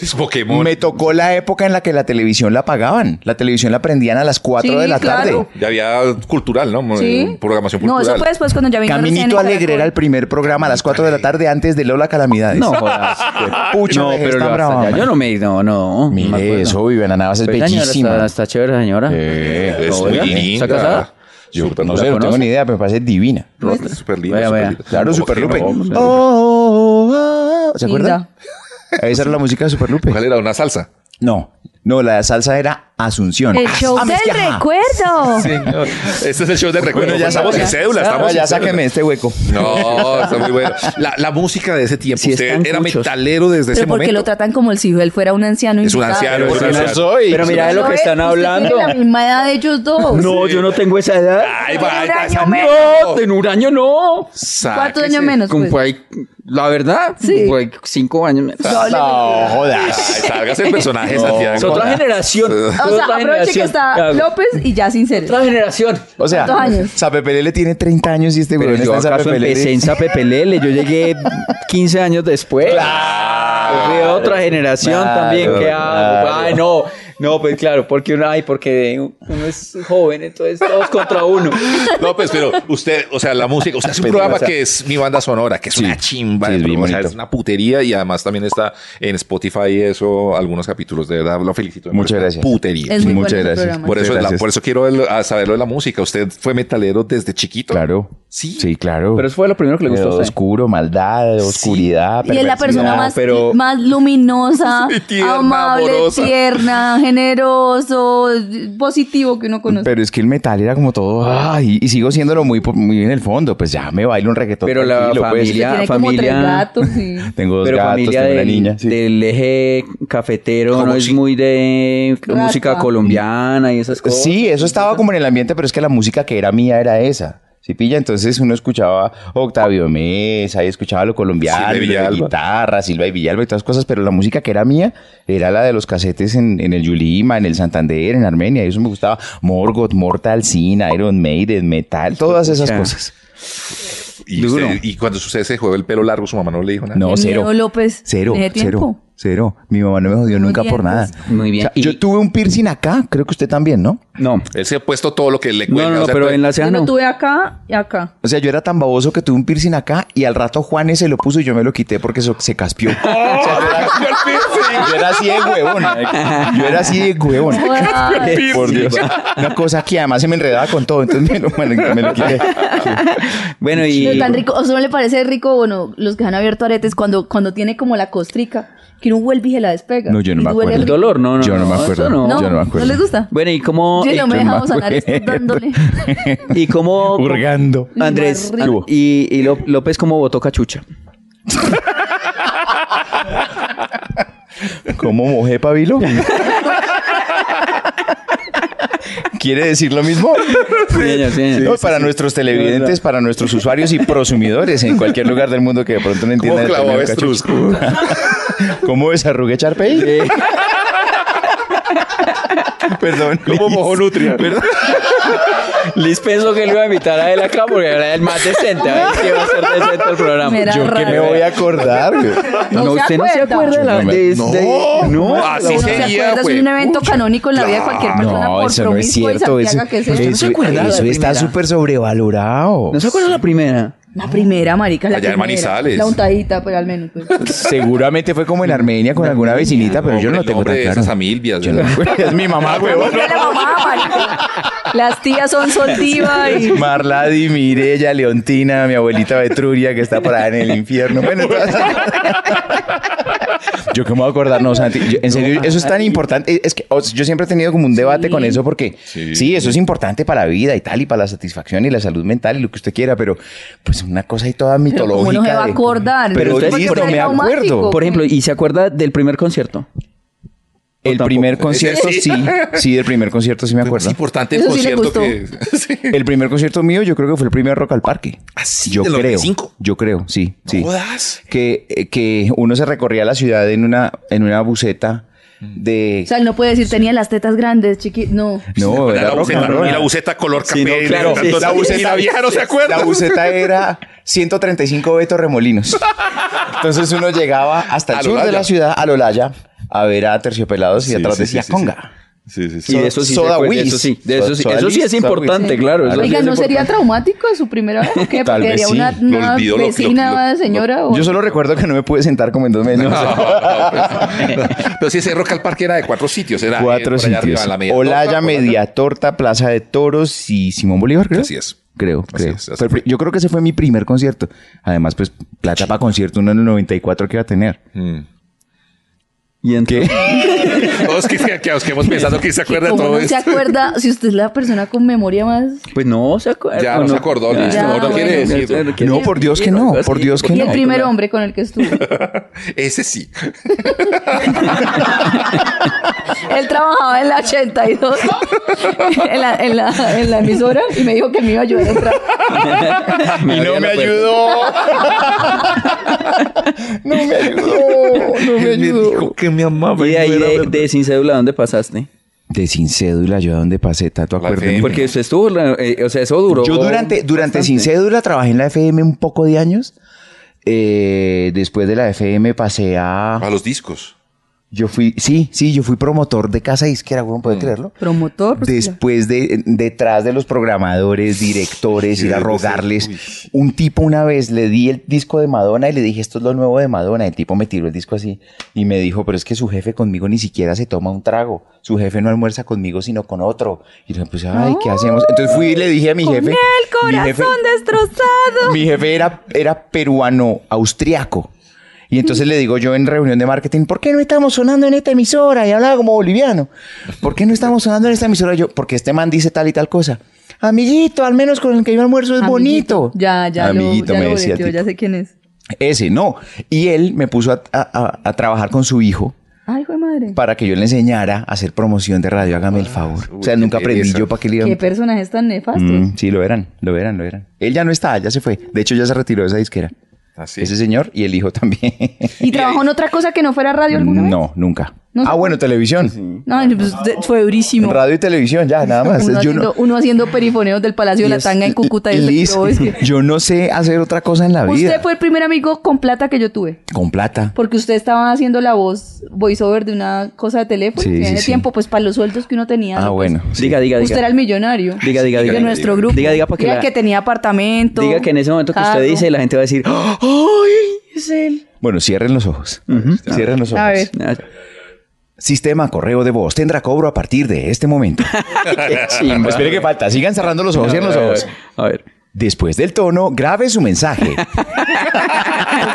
A: Es Pokémon.
C: Me tocó la época en la que la televisión la pagaban. La televisión la prendían a las 4
D: Sí,
C: de la
D: claro.
C: tarde.
A: Ya había cultural, ¿no? Eh,
D: ¿Sí?
A: Programación
D: No,
A: cultural.
D: eso fue después cuando ya vino
C: Caminito Alegre era el primer programa a las 4 de la tarde antes de Lola Calamidades.
E: No jodas.
C: Pucha,
E: no,
C: vejez
E: pero
C: tan
E: lo-
C: brava,
E: hasta allá
C: man.
E: yo no me... No, no. no me
C: pues, Mire
E: acuerdo.
C: eso, Viviana Navas es
E: Pues, señora, Está,
C: bellísima.
E: está chévere la señora.
C: Eh,
A: Es
E: No,
A: muy
E: oiga,
A: linda.
E: ¿Está casada?
A: Yo
C: No sé, no tengo
E: conoce?
C: ni idea, pero me parece divina.
A: Rosa, Súper linda.
E: Vea,
A: súper
E: vea.
A: linda.
C: Claro,
A: Como
C: Super
A: que
C: Lupe.
A: no,
C: Oh, oh, oh, oh. ¿Se acuerdan?
D: Linda.
C: Esa era la música de Super Lupe.
A: ¿Cuál era? ¿Una salsa?
C: No, no, la salsa era Asunción.
D: El show
C: Ah,
D: del
C: es que, ajá.
D: recuerdo.
A: Este es el show de recuerdo.
C: Bueno, ya
A: estamos
C: sabe.
A: sin cédula. Estamos
C: Ah,
A: sin
C: ya
A: cédula.
C: sáqueme este hueco.
A: No, está muy bueno. La, la música de ese tiempo.
E: Sí,
A: usted
E: están
A: era
E: cuchos.
A: metalero desde ese
D: Pero porque lo
A: momento.
D: tratan como el si él fuera un anciano.
A: Es un
D: invitado.
A: anciano, es un anciano.
C: soy.
E: Pero mira de lo
D: ¿No
E: que
D: ves?
E: están
D: Usted
E: hablando.
D: Tiene la misma edad de ellos dos.
E: No, yo no tengo esa edad.
A: Ay,
D: Tiene un
A: va,
D: año
A: esa-
D: menos.
E: No, en un año no.
D: ¿Cuántos
A: Sáquese.
D: años menos?
E: Como
D: pues?
E: por ahí, la verdad,
D: Sí.
E: por ahí cinco años menos.
C: Ah, No,
A: Ay,
C: jodas.
A: Sálgase el personaje, Santiago.
E: Es otra generación. es
D: O
E: otra
D: sea, aproveche que
E: generación.
D: está
E: Cago.
D: López y ya sin ser.
E: Otra generación.
C: O sea,
D: ¿Cuántos años?
C: Zapepelele tiene 30 años y este
E: Pero
C: huevón
E: yo
C: está en
E: acaso empecé
C: Zapepelele.
E: en Zapepelele. Yo llegué 15 años después. Yo fui de otra generación
C: Claro,
E: también. ¿Qué hago?
C: claro.
E: Ay, no. No, pues claro, porque uno, ay, porque uno es joven, entonces todos contra uno.
A: López, pues, pero usted, o sea, la música, usted hace un
C: Pero,
A: programa
C: o sea,
A: que es mi banda sonora, que es una chimba,
C: sí,
A: de
C: es bien
A: programa, o sea,
C: bonito.
A: es una putería y además también está en Spotify y eso, algunos capítulos, de verdad, lo felicito.
C: Muchas
A: Es una
C: gracias.
A: Putería.
D: Es muy bueno
C: Muchas
D: ese
C: gracias.
D: programa.
A: por,
C: Muchas
A: eso, la-
C: gracias.
A: por eso quiero el- a saber lo de la música. Usted fue metalero desde chiquito.
C: Claro.
A: Sí.
C: Sí, claro.
E: Pero eso fue lo primero que le gustó a
C: Eh,
E: usted.
C: Oscuro, maldad, oscuridad.
D: Y es la persona
C: perversidad,
D: más,
C: pero-
D: más luminosa,
A: Y tierna,
D: amable,
A: amorosa.
D: tierna, generoso, positivo que uno conoce.
C: Pero es que el metal era como todo, ay, y sigo siéndolo muy, po- muy en el fondo, pues ya me bailo un reggaetón.
E: Pero la
C: tranquilo, pues.
E: familia-
D: tiene como
E: familia-
D: tres gatos y...
C: Tengo dos
E: Pero
C: gatos,
E: familia
C: tengo una
E: del,
C: niña. sí.
E: del eje cafetero,
A: Como
E: no es
A: si-
E: muy de
D: Raspa.
E: música colombiana y esas cosas.
C: Sí, eso estaba como en el ambiente, pero es que la música que era mía era esa. ¿Sí pilla? Entonces uno escuchaba Octavio Mesa y escuchaba lo colombiano,
A: Silva y
C: lo de
A: Villalba.
C: guitarra, Silva y Villalba y todas cosas, pero la música que era mía era la de los casetes en, en el Yulima, en el Santander, en Armenia, y eso me gustaba. Morgoth, Mortal Sin, Iron Maiden, Metal, todas esas
E: Pucha.
C: cosas.
A: Y,
C: Duro.
A: usted- y cuando sucede ese juego el pelo largo, su mamá no le dijo nada.
C: No,
D: Qué
C: cero.
D: miedo, López.
C: Cero,
D: Deje tiempo.
C: cero, cero. Mi mamá no me jodió
D: Muy
C: nunca
D: bien,
C: por nada.
D: pues.
E: Muy bien. Y-
C: Yo tuve un piercing acá, creo que usted también, ¿no?
E: No.
A: Él se ha puesto todo lo que le
E: No,
A: cuelga.
E: no,
A: o
E: no,
A: sea,
E: pero
A: todo-
E: en la ceja
D: Yo lo
E: no.
D: tuve acá y acá.
C: O sea, yo era tan baboso que tuve un piercing acá y al rato Juanes se lo puso y yo me lo quité porque so- se
D: Oh,
C: caspió. O sea, yo, era, yo era así de huevón. Yo era así de huevón.
D: Ay,
C: Por Dios. Una cosa que además se me enredaba con todo, entonces me lo, me lo quité.
E: Bueno,
D: Pero
E: y
D: tan rico, ¿a usted no le parece rico, bueno, los que han abierto aretes cuando, cuando tiene como la costrica, que uno vuelve y se la despega?
C: No, yo no
D: Y
C: me
D: duele
E: el
C: acuerdo.
D: rico.
E: dolor, no, no.
C: Yo no me
E: eso
C: acuerdo.
E: no.
D: No,
C: yo no me acuerdo.
D: les gusta.
E: Bueno, y cómo, eh,
D: yo no me
C: yo no me
D: dejamos sanar esto
C: acuerdo.
D: dándole.
E: y cómo
C: Hurgando.
E: Andrés
D: Más rico.
E: y, y Ló- López como votó cachucha.
C: ¿Cómo mojé pabilo? ¿Quiere decir lo mismo?
E: Sí, señor, sí, señor.
C: No, para nuestros televidentes, para nuestros usuarios y prosumidores en cualquier lugar del mundo que de pronto
A: Como
C: no entiendan. el
A: clavo
C: término
A: avestruz.
C: cachucha. ¿Cómo desarrugué Charpey? Perdón.
A: Como
C: Liz.
A: mojo nutria. ¿verdad?
E: Liz pensó que le iba a invitar a él acá porque era el más decente. A ver si iba a ser decente el programa.
D: Mira,
C: Yo que me
D: raro.
C: voy a acordar. güey.
D: No se acuerda.
E: de la-
C: Yo no me-
E: de-
A: No,
D: Oh,
E: de-
A: no, así
D: Uno se
A: sería,
D: acuerda, es
A: güey.
D: un evento canónico en la vida de cualquier persona
C: No,
D: por
C: eso no es
D: promiscuo y
C: cierto. Eso,
D: Santiago, que es el-
C: eso-
E: acuerda de la
C: eso está
E: primera.
C: súper sobrevalorado.
E: ¿No se acuerda la primera?
D: La primera, marica, la
A: Allá en
D: primera.
A: Manizales.
D: La untadita, pero al menos. pues.
C: Seguramente fue como en Armenia con alguna vecinita, pero yo no lo tengo tan
A: de
C: claro.
A: esas a Milvias,
C: Yo no me
A: ¿verdad?
C: acuerdo. Es mi mamá, huevón.
D: Mira la mamá, marica. Las tías son soltivas y...
C: Marladi, Mirella, Leontina, mi abuelita Betruria, que está por allá en el infierno. Bueno, todas esas- Yo que me voy a acordar, no, Santi. yo- en serio, eso es tan importante. Es que o sea, yo siempre he tenido como un debate con eso porque sí. eso es importante para la vida y tal, y para la satisfacción y la salud mental y lo que usted quiera, pero pues una cosa ahí toda
D: Pero
C: mitológica.
D: ¿Cómo no se va a
C: de-
D: acordar?
C: Pero,
E: Porque
C: listo,
E: fue
C: me acuerdo.
D: traumático.
E: Por ejemplo, ¿y se acuerda del primer concierto?
C: El
E: tampoco.
C: primer concierto, sí. Sí, del primer concierto sí me
A: Es
C: acuerdo.
A: importante el
D: Eso sí le
A: concierto que. Sí.
C: El primer concierto mío, yo creo que fue el primer Rock al Parque.
A: ¿Ah, sí?
C: yo
A: ¿Del
C: creo.
A: 95?
C: Yo creo, sí, sí.
A: jodas.
C: Que, eh, que uno se recorría la ciudad en una, en una buceta de.
D: O sea, él no puede decir, tenía las tetas grandes, chiqui... No.
C: no, era
A: la
C: rock
A: buceta,
C: and roll.
A: y la buceta color café.
E: Sí, no, claro,
A: tanto-
E: sí, la
A: y la vieja no se acuerda.
C: La buceta era 135 Beto Remolinos. Entonces uno llegaba hasta el
A: A
C: sur de
A: Lolaya.
C: la ciudad, a Lolaya, a ver a Terciopelados y
A: Sí,
C: atrás
A: sí,
C: decía
A: sí, sí,
C: Conga.
A: Sí, sí, sí.
E: Y
C: Soda-
E: de eso sí, se
C: Soda
E: acuerda, de
C: Whiz.
E: eso sí, de eso sí,
C: Soda
E: eso sí
C: Liz,
E: es
C: Soda Whiz.
E: importante, claro. eso sí
D: Oiga,
E: es
D: ¿no sería
E: importante.
D: traumático su primera vez? ¿o qué?
C: Tal
D: Porque
C: vez
D: haría
C: sí.
D: una,
A: Lo
D: una
A: olvidó, lo- lo-
D: vecina
A: lo-
D: señora. o-
C: Yo solo recuerdo que no me pude sentar como en dos meses.
A: pues, Pero sí, ese Rock al Parque era de cuatro sitios. Era eh, por
C: Cuatro
A: allá arriba,
C: sitios.
A: en la media
C: Olaya,
A: torta, por allá.
C: Mediatorta, Plaza de Toros y Simón Bolívar, creo.
A: Así es.
C: Creo,
A: Así
C: creo.
A: es, así
C: Fue el
A: fue.
C: pri- yo creo que ese fue mi primer concierto. Además, pues, plata para concierto uno en el 94 que iba a tener.
E: ¿Y entonces?
A: Todos que, que, que nos quedamos pensando que se acuerda de
D: ¿Cómo
A: todo
D: no se
A: esto.
D: acuerda? Si usted es la persona con memoria más...
E: Pues no se acuerda.
A: Ya, no se acordó, listo,
D: no lo quiere
A: decir.
C: No, por Dios que no, por Dios que
D: Y el
C: no.
D: primer hombre con el que estuvo.
A: Ese sí.
D: Él trabajaba en la 82, en la, en la, en la emisora, y me dijo que me iba a ayudar a entrar.
E: Y no me ayudó.
C: No me ayudó, no me ayudó.
A: que mi amaba.
E: Y de ahí
C: eh,
E: de, de sin cédula, ¿dónde pasaste?
C: De sin cédula, yo a dónde pasé, Tato,
A: La
C: acuérdate.
A: FM.
E: Porque usted estuvo, eh, o sea, eso duró.
C: Yo durante, durante
E: bastante.
C: Sin Cédula trabajé en la FM un poco de años. Eh, después de la FM pasé a...
A: A los discos.
C: Yo fui, sí, sí, yo fui promotor de Casa Disquera, weón,
A: Mm.
C: ¿puede creerlo?
D: Promotor. pues,
C: Después de, detrás de los programadores, directores,
A: Sí,
C: ir a
A: debe ser,
C: rogarles.
A: uy.
C: Un tipo una vez le di el disco de Madonna y le dije, esto es lo nuevo de Madonna. El tipo me tiró el disco así y me dijo, pero es que su jefe conmigo ni siquiera se toma un trago. Su jefe no almuerza conmigo, sino con otro. Y yo, pues, ay, ¿qué hacemos? Entonces fui y le dije a mi
D: Ah, Con
C: jefe.
D: el
C: mi
D: corazón
C: jefe-
D: destrozado.
C: mi jefe era, era peruano-austriaco. Y entonces le digo yo en reunión de marketing, ¿por qué no estamos sonando en esta emisora? Y hablaba como boliviano. ¿Por qué no estamos sonando en esta emisora? Yo, porque este man dice tal y tal cosa. Amiguito, al menos con el que yo almuerzo es
D: Amiguito.
C: bonito.
D: Ya, ya. lo-
C: Amiguito,
D: ya
C: me
D: lo
C: decía el
D: boleteó,
C: tipo.
D: ya sé quién es.
C: Ese, no. Y él me puso a, a- a- a trabajar con su hijo
D: Ay, hijo de madre.
C: para que yo le enseñara a hacer promoción de radio. Hágame el favor.
A: Ah, uy,
C: o sea,
A: qué
C: nunca aprendí
A: pereza.
C: yo para que le iba a
D: Qué personajes tan nefastos.
C: Mm, sí, lo eran, lo eran, lo eran. Él ya no está, ya se fue. De hecho, ya se retiró de esa disquera.
E: Ah,
A: Así.
C: Ese señor y el hijo también.
D: ¿Y trabajó en otra cosa que no fuera radio alguna vez?
C: no, nunca.
D: No
C: ah,
D: sé.
C: bueno, televisión.
D: No, pues, de- fue durísimo.
C: Radio y televisión, ya, nada más.
D: Uno,
C: Yo
D: haciendo,
C: no,
D: uno haciendo perifoneos del Palacio de la Tanga en Cúcuta. y
C: Liz,
D: eso, es que-
C: yo no sé hacer otra cosa en la vida.
D: Usted fue el primer amigo con plata que yo tuve.
C: Con plata.
D: Porque usted estaba haciendo la voz voiceover de una cosa de teléfono.
C: Sí,
D: y en
C: sí,
D: ese
C: sí.
D: tiempo, pues para los sueldos que uno tenía.
C: Ah,
D: pues,
C: bueno.
E: Diga, diga, diga.
D: Usted era el millonario.
E: Diga, diga, diga.
D: De nuestro grupo.
E: Diga, diga, para que la-
D: que tenía apartamento.
E: Diga que en ese momento que
D: carro.
E: usted dice, la gente va a decir, "Oh, ¡ay! Es él.
C: Bueno, cierren los ojos. Cierren los ojos.
D: A ver.
E: Ah,
C: Sistema correo de voz tendrá cobro a partir de este momento.
E: qué chimba.
C: Espere que falta. Sigan cerrando los ojos, cierren los ojos.
E: A ver.
C: Después del tono, grabe su mensaje.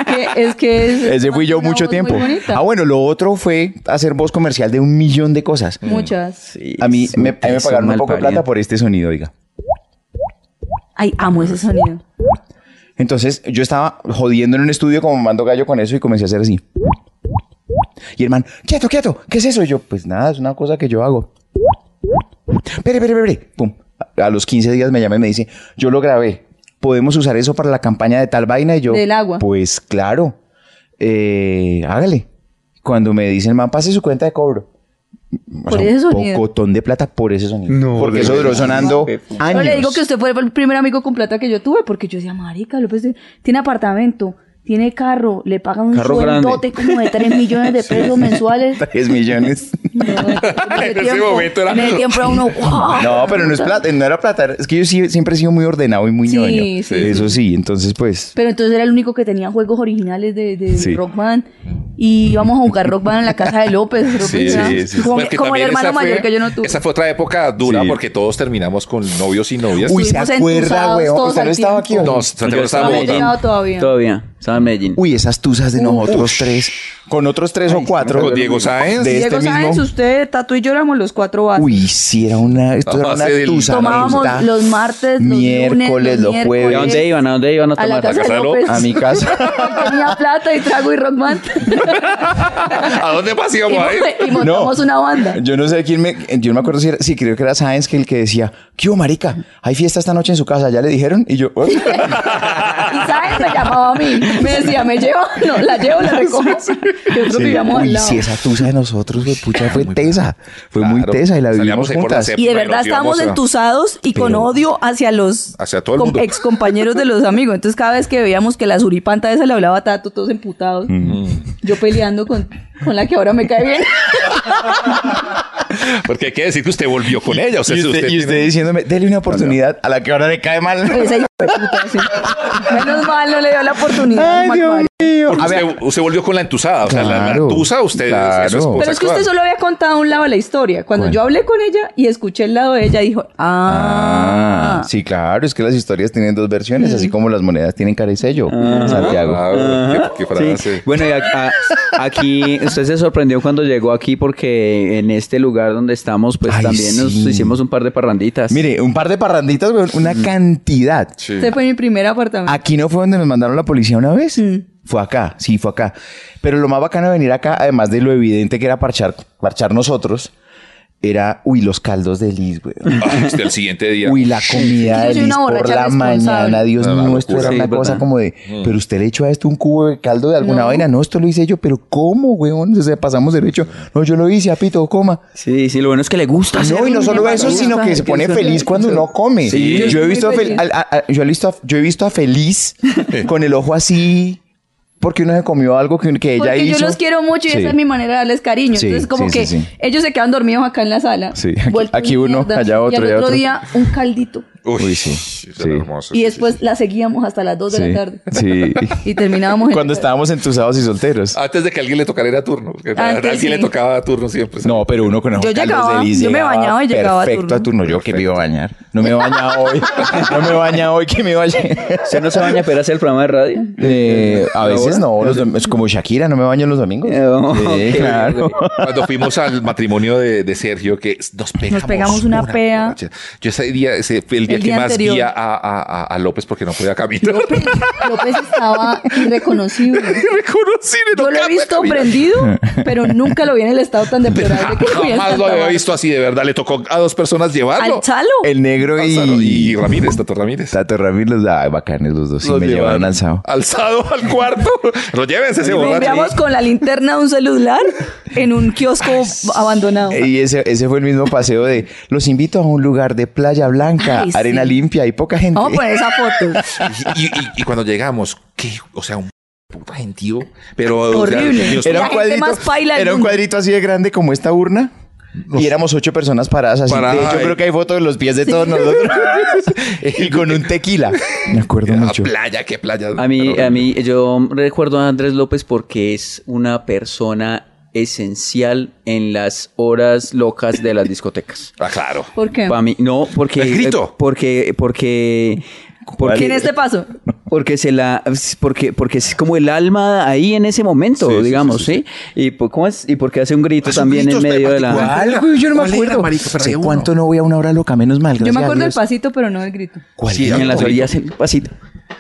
D: que- es que es.
C: Ese fui yo
D: una
C: mucho
D: voz
C: tiempo.
D: muy bonita.
C: Ah, bueno, lo otro fue hacer voz comercial de un millón de cosas.
D: Mm. Muchas.
E: Sí,
C: A mí,
E: es
C: me, a mí me
E: es
C: pagaron un poco de
E: malparido.
C: plata por este sonido, oiga.
D: Ay, amo ese sonido.
C: Entonces yo estaba jodiendo en un estudio como mando gallo con eso y comencé a hacer así. Y el man, quieto, quieto, ¿qué es eso? Y yo, pues nada, es una cosa que yo hago. Pere, pere, pere, pum. A los 15 días me llama y me dice, yo lo grabé, ¿podemos usar eso para la campaña de tal vaina? Y yo,
D: Del agua.
C: Pues claro, Eh, hágale. Cuando me dice el man, pase su cuenta de cobro. O
D: Por
C: sea,
D: ese
C: un
D: sonido.
C: pocotón de plata por ese sonido.
E: No,
C: Porque
E: de
C: eso duró
E: verdad.
C: sonando años.
D: Yo le digo que usted fue el primer amigo con plata que yo tuve, porque yo decía, marica, López de- tiene apartamento, tiene carro, le pagan un
E: Carro
D: sueldote como de 3 millones de pesos mensuales.
C: 3 millones.
D: No, en
A: ese momento era-
D: En ese tiempo era uno, "Wow".
C: No, pero no es plata, no era plata. Es que yo sí- siempre he sido muy ordenado y muy
D: Sí,
C: ñoño.
D: sí,
C: Eso sí, entonces pues.
D: Pero entonces era el único que tenía juegos originales de, de
C: Sí.
D: Rock Band. Y íbamos a jugar Rock Band en la casa de López. López, ¿verdad? Como,
A: Bueno, que
D: como el
A: también
D: hermano
A: esa fue-
D: mayor que yo no tuve.
A: Esa fue otra época dura
C: Sí.
A: porque todos terminamos con novios y novias.
C: Uy, ¿se
D: Estuvimos
C: acuerda,
D: entusados
C: weón?
D: todos
C: ¿Usted
D: al
C: no estaba aquí?
D: tiempo.
C: o
A: no,
E: Yo
A: Santiago
E: estaba
A: estaba
D: No he
E: Medellín.
A: votando.
D: llegado todavía.
E: Todavía, estaba en Medellín.
C: Uy, esas tusas de nosotros tres. Con otros tres o cuatro.
A: Con Diego Sáenz.
C: De este
D: Diego Sáenz,
C: mismo.
D: usted, Tato y yo éramos los cuatro vatos.
C: Uy, sí, era una, esto era
A: Ah,
C: una
A: sí, del-
C: tusa.
D: Tomábamos
C: ¿verdad?
D: los martes, los
C: miércoles,
D: lunes,
C: los
E: ¿Y ¿A
C: jueves.
E: dónde iban? ¿A dónde iban a
D: A
E: tomar?
D: la casa de
A: Ló-
D: López.
C: A mi casa.
D: Tenía plata y trago y rock band.
A: ¿A dónde más
D: y,
A: íbamos a ir?
D: mo- y montamos
C: No.
D: una banda.
C: Yo no sé quién me. Yo no me acuerdo si era. Sí, creo que era Sáenz que el que decía, ¿qué hubo, marica? Hay fiesta esta noche en su casa, ya le dijeron. Y yo, "Uy".
D: Y sabes, me llamaba a mí. Me decía, me llevo, no, la llevo, la recojo. Nosotros
C: Sí.
D: vivíamos al
C: Uy,
D: lado.
C: sí, esa tusa de nosotros, güey, pucha, fue tesa. Fue muy
A: Claro.
C: tesa y la
A: Salíamos
C: vivimos
A: ahí por la
C: juntas.
A: cepa.
D: Y de
A: Bueno,
D: verdad
A: nos íbamos
D: estábamos
A: a-
D: entusados y con
C: Pero-
D: odio hacia los
A: Hacia todo el
D: com-
A: mundo.
D: excompañeros de los amigos. Entonces, cada vez que veíamos que la suripanta esa le hablaba a Tato, todos emputados.
C: Mm.
D: Yo peleando con, con la que ahora me cae bien.
A: Porque hay que decir que usted volvió con ella. O sea,
C: y
A: si
C: usted, y usted
A: tiene-
C: diciéndome, dele una oportunidad a la que ahora le cae mal.
D: Esa hija de puta, sí. Menos mal, no le dio la oportunidad.
C: Ay, Dios
D: Macuari.
C: mío.
A: porque
C: A ver,
A: usted, usted volvió con la entusada. o sea, la,
C: Claro,
A: la entusa, usted
C: claro.
A: es su esposa
D: Pero es que usted
A: actual.
D: solo había contado un lado de la historia. Cuando
C: ¿Cuál?
D: yo hablé con ella y escuché el lado de ella, dijo, ah,
C: Ah, sí, claro, es que las historias tienen dos versiones, así como las monedas tienen cara y sello, Santiago.
A: Ah, qué, qué
E: Sí.
A: frase.
E: Bueno, y a- a- aquí usted se sorprendió cuando llegó aquí porque en este lugar donde estamos, pues
C: Ay,
E: también nos
C: sí.
E: hicimos un par de
A: pues.
E: parranditas.
C: Mire, un par de parranditas, weón, una cantidad.
A: Sí.
D: este fue mi primer apartamento.
C: Aquí no fue donde nos mandaron la policía una vez. Fue acá, sí, fue acá. Pero lo más bacano de venir acá, además de lo evidente que era parchar, parchar nosotros, era, uy, los caldos de Liz, güey.
A: Ah, usted el siguiente día.
C: Uy, la comida Ah,
D: Yo
C: de
D: soy
C: Liz
D: una
C: por
D: borracha
C: la
D: responsable.
C: mañana, Dios
A: Una
C: mío, esto
A: locura.
C: era
E: Sí,
C: una
E: ¿verdad?
C: cosa como de, pero usted le echó a esto un cubo de caldo de alguna
D: No.
C: vaina, no, esto lo hice yo, pero ¿cómo, weón? O sea, pasamos derecho, no, yo lo hice, apito, coma.
E: Sí, sí, lo bueno es que le gusta.
D: Ah,
E: hacer
C: No, y no
E: un-
C: solo eso, sino que se pone feliz cuando uno come.
A: Sí.
C: Yo, he
D: Muy
C: visto a Fel-
D: feliz.
C: al- a- a- yo, he visto a- yo he visto a Feliz con el ojo así porque uno se comió algo que, que ella
D: Porque
C: hizo.
D: yo los quiero mucho y
C: Sí.
D: esa es mi manera de darles cariño.
C: Sí,
D: Entonces, como
C: sí,
D: que
C: sí, sí.
D: ellos se quedan dormidos acá en la sala.
C: Sí, aquí-
D: vueltos
C: aquí uno,
D: mierda,
C: allá otro,
D: Y al
C: allá
D: otro,
C: otro.
D: día, un caldito.
A: Uy,
C: Uy, sí,
A: sí.
C: sí.
A: hermoso.
D: Y después la seguíamos hasta las 2 de la tarde.
C: Sí.
D: Y terminábamos en-
C: Cuando estábamos entusados y solteros.
A: Antes de que alguien le tocara era turno. porque a
D: Antes,
A: alguien le
D: Ah, sí.
A: tocaba turno siempre.
C: No, pero uno con esos
D: Yo
C: caldos
D: llegaba,
C: de lis
D: yo me
C: llegaba
D: bañaba y llegaba a
C: perfecto a turno.
D: turno.
C: Yo que me iba a bañar. No me baña hoy. No me baña hoy que me bañé.
E: ¿Usted no se baña pero hace el programa de radio?
C: Eh, a veces no, los dom- es como Shakira, no me baño los domingos.
E: Eh, oh,
C: Sí,
E: ok,
C: claro.
A: Cuando fuimos al matrimonio de, de Sergio, que nos pegamos,
D: Nos pegamos una pea.
A: borracha. Yo ese día, ese fue el día
D: El
A: que
D: día
A: más
D: anterior.
A: guía a, a- a- a López porque no podía caminar.
D: López, López estaba irreconocible.
A: Reconocí, le
D: Yo lo
A: tocaba
D: he visto
A: caminar.
D: prendido, pero nunca lo vi en el estado tan deplorable que lo vi
A: Jamás lo
D: en Santa
A: había
D: Bárbara.
A: visto así, de verdad. Le tocó a dos personas llevarlo.
D: Al chalo.
C: El negro y,
A: Alzalo Y Ramírez, Tato Ramírez.
C: Tato Ramírez, ay, bacanes los dos. Sí,
A: Los
C: me llevaron alzado.
A: Alzado al cuarto. Lo llévense ese
D: Lo
A: borracho.
D: enviamos con la linterna de un celular en un kiosco abandonado.
C: Y ese, ese fue el mismo paseo de los invito a un lugar de playa blanca,
D: Ay, sí. pues
C: arena limpia y poca gente.
D: Vamos a poner esa foto.
A: Y, y- y cuando llegamos, ¿qué? O sea, un puto gentío. Pero o sea,
D: Horrible.
A: Dios
D: Era
A: mío,
D: Pues la gente más paila del
C: era un
D: mundo.
C: cuadrito así de grande como esta urna. Y éramos ocho personas paradas así.
A: Paradas,
C: De- yo
A: ay.
C: creo que hay fotos de los pies de todos nosotros. y con un tequila. Me acuerdo
A: la
C: mucho.
A: playa, qué playa.
E: A mí,
A: Pero-
E: a mí, yo recuerdo a Andrés López porque es una persona esencial en las horas locas de las discotecas.
A: Ah, claro.
D: ¿Por qué?
E: Para mí, no, porque...
A: El grito.
E: eh, Porque, porque...
D: ¿Por
E: porque-
D: qué en este paso?
E: Porque se la, porque, porque es como el alma ahí en ese momento,
A: Sí, sí,
E: digamos,
A: sí,
E: ¿sí? Y por- ¿cómo es? Y porque hace un grito también en medio de la.
A: particular.
C: ¿Cuál, güey? Yo no me
A: ¿Cuál era,
C: acuerdo.
A: marica? Pero
C: Sé
A: había uno.
C: cuánto no voy a una hora loca, menos mal.
D: Yo
C: gracias
D: me
C: a
D: acuerdo del
C: Dios.
D: pasito, pero no del grito.
C: ¿Cuál
A: Sí,
E: Y
C: era?
E: en las
A: Grito.
E: orillas el pasito.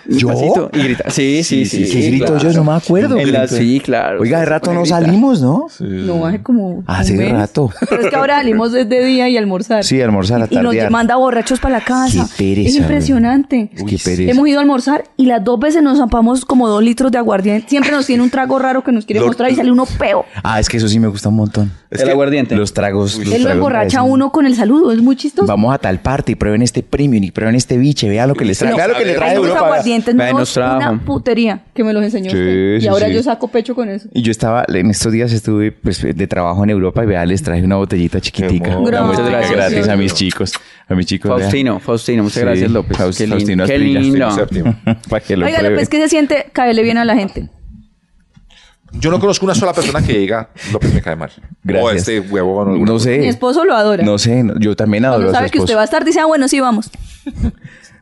E: El
C: ¿Yo?
E: pasito y grita. Sí, sí, sí.
C: ¿Qué grito yo? No me acuerdo.
E: En la- sí, claro.
C: Oiga, de
E: Se
C: rato
E: pone a
C: no
E: gritar.
C: salimos, ¿no?
D: No, hace como.
C: Mm. Ah, Hace
D: un mes.
C: rato.
D: Pero es que ahora salimos desde día y almorzar.
C: Sí, almorzar,
D: Y nos
C: atardear.
D: manda borrachos para la casa.
C: Qué pereza,
D: es impresionante.
C: güey. Qué pereza.
D: Hemos ido a almorzar y las dos veces nos zampamos como dos litros de aguardiente. Siempre nos tiene un trago raro que nos quiere
A: Lo-
D: mostrar y sale uno peo.
C: Ah, es que eso sí me gusta un montón.
E: El aguardiente.
C: Los tragos. los
D: Él lo
C: tragos
D: emborracha a
C: me
D: uno con el saludo. Es muy chistoso.
C: Vamos a tal parte y prueben este premium y prueben este biche. Vea lo que les trae.
A: No,
C: Vea lo que les
A: a
C: trae
D: Hay unos
C: Europa.
D: aguardientes
E: Bueno,
D: nuevos,
E: nos trajo.
D: una putería que me los enseñó
C: Sí,
D: usted. Y
C: sí,
D: ahora
C: sí.
D: yo saco pecho con eso.
C: Y yo estaba, en estos días estuve pues, de trabajo en Europa y vea, les traje una botellita chiquitica.
A: hermoso.
C: Una botellita
E: Gracias.
C: gratis a mis chicos. A mis chicos. vea.
E: Faustino, Faustino, muchas
C: Sí,
E: gracias, López.
C: Faust-
E: Qué
C: Faustino
E: lindo. Qué
C: Asprilla,
E: lindo.
A: Faustino Asprilla.
C: Para que lo
D: Oiga, pues
C: pruebe.
D: López, ¿qué se siente caerle bien a la gente?
A: Yo no conozco una sola persona que diga López me cae mal.
C: Gracias.
A: O este huevo. No,
C: No sé.
D: Mi esposo lo adora.
C: No sé, no- yo también adoro
D: Cuando
C: a su
D: sabe que usted
C: esposo.
D: va a estar, dice, ah, bueno, sí, vamos.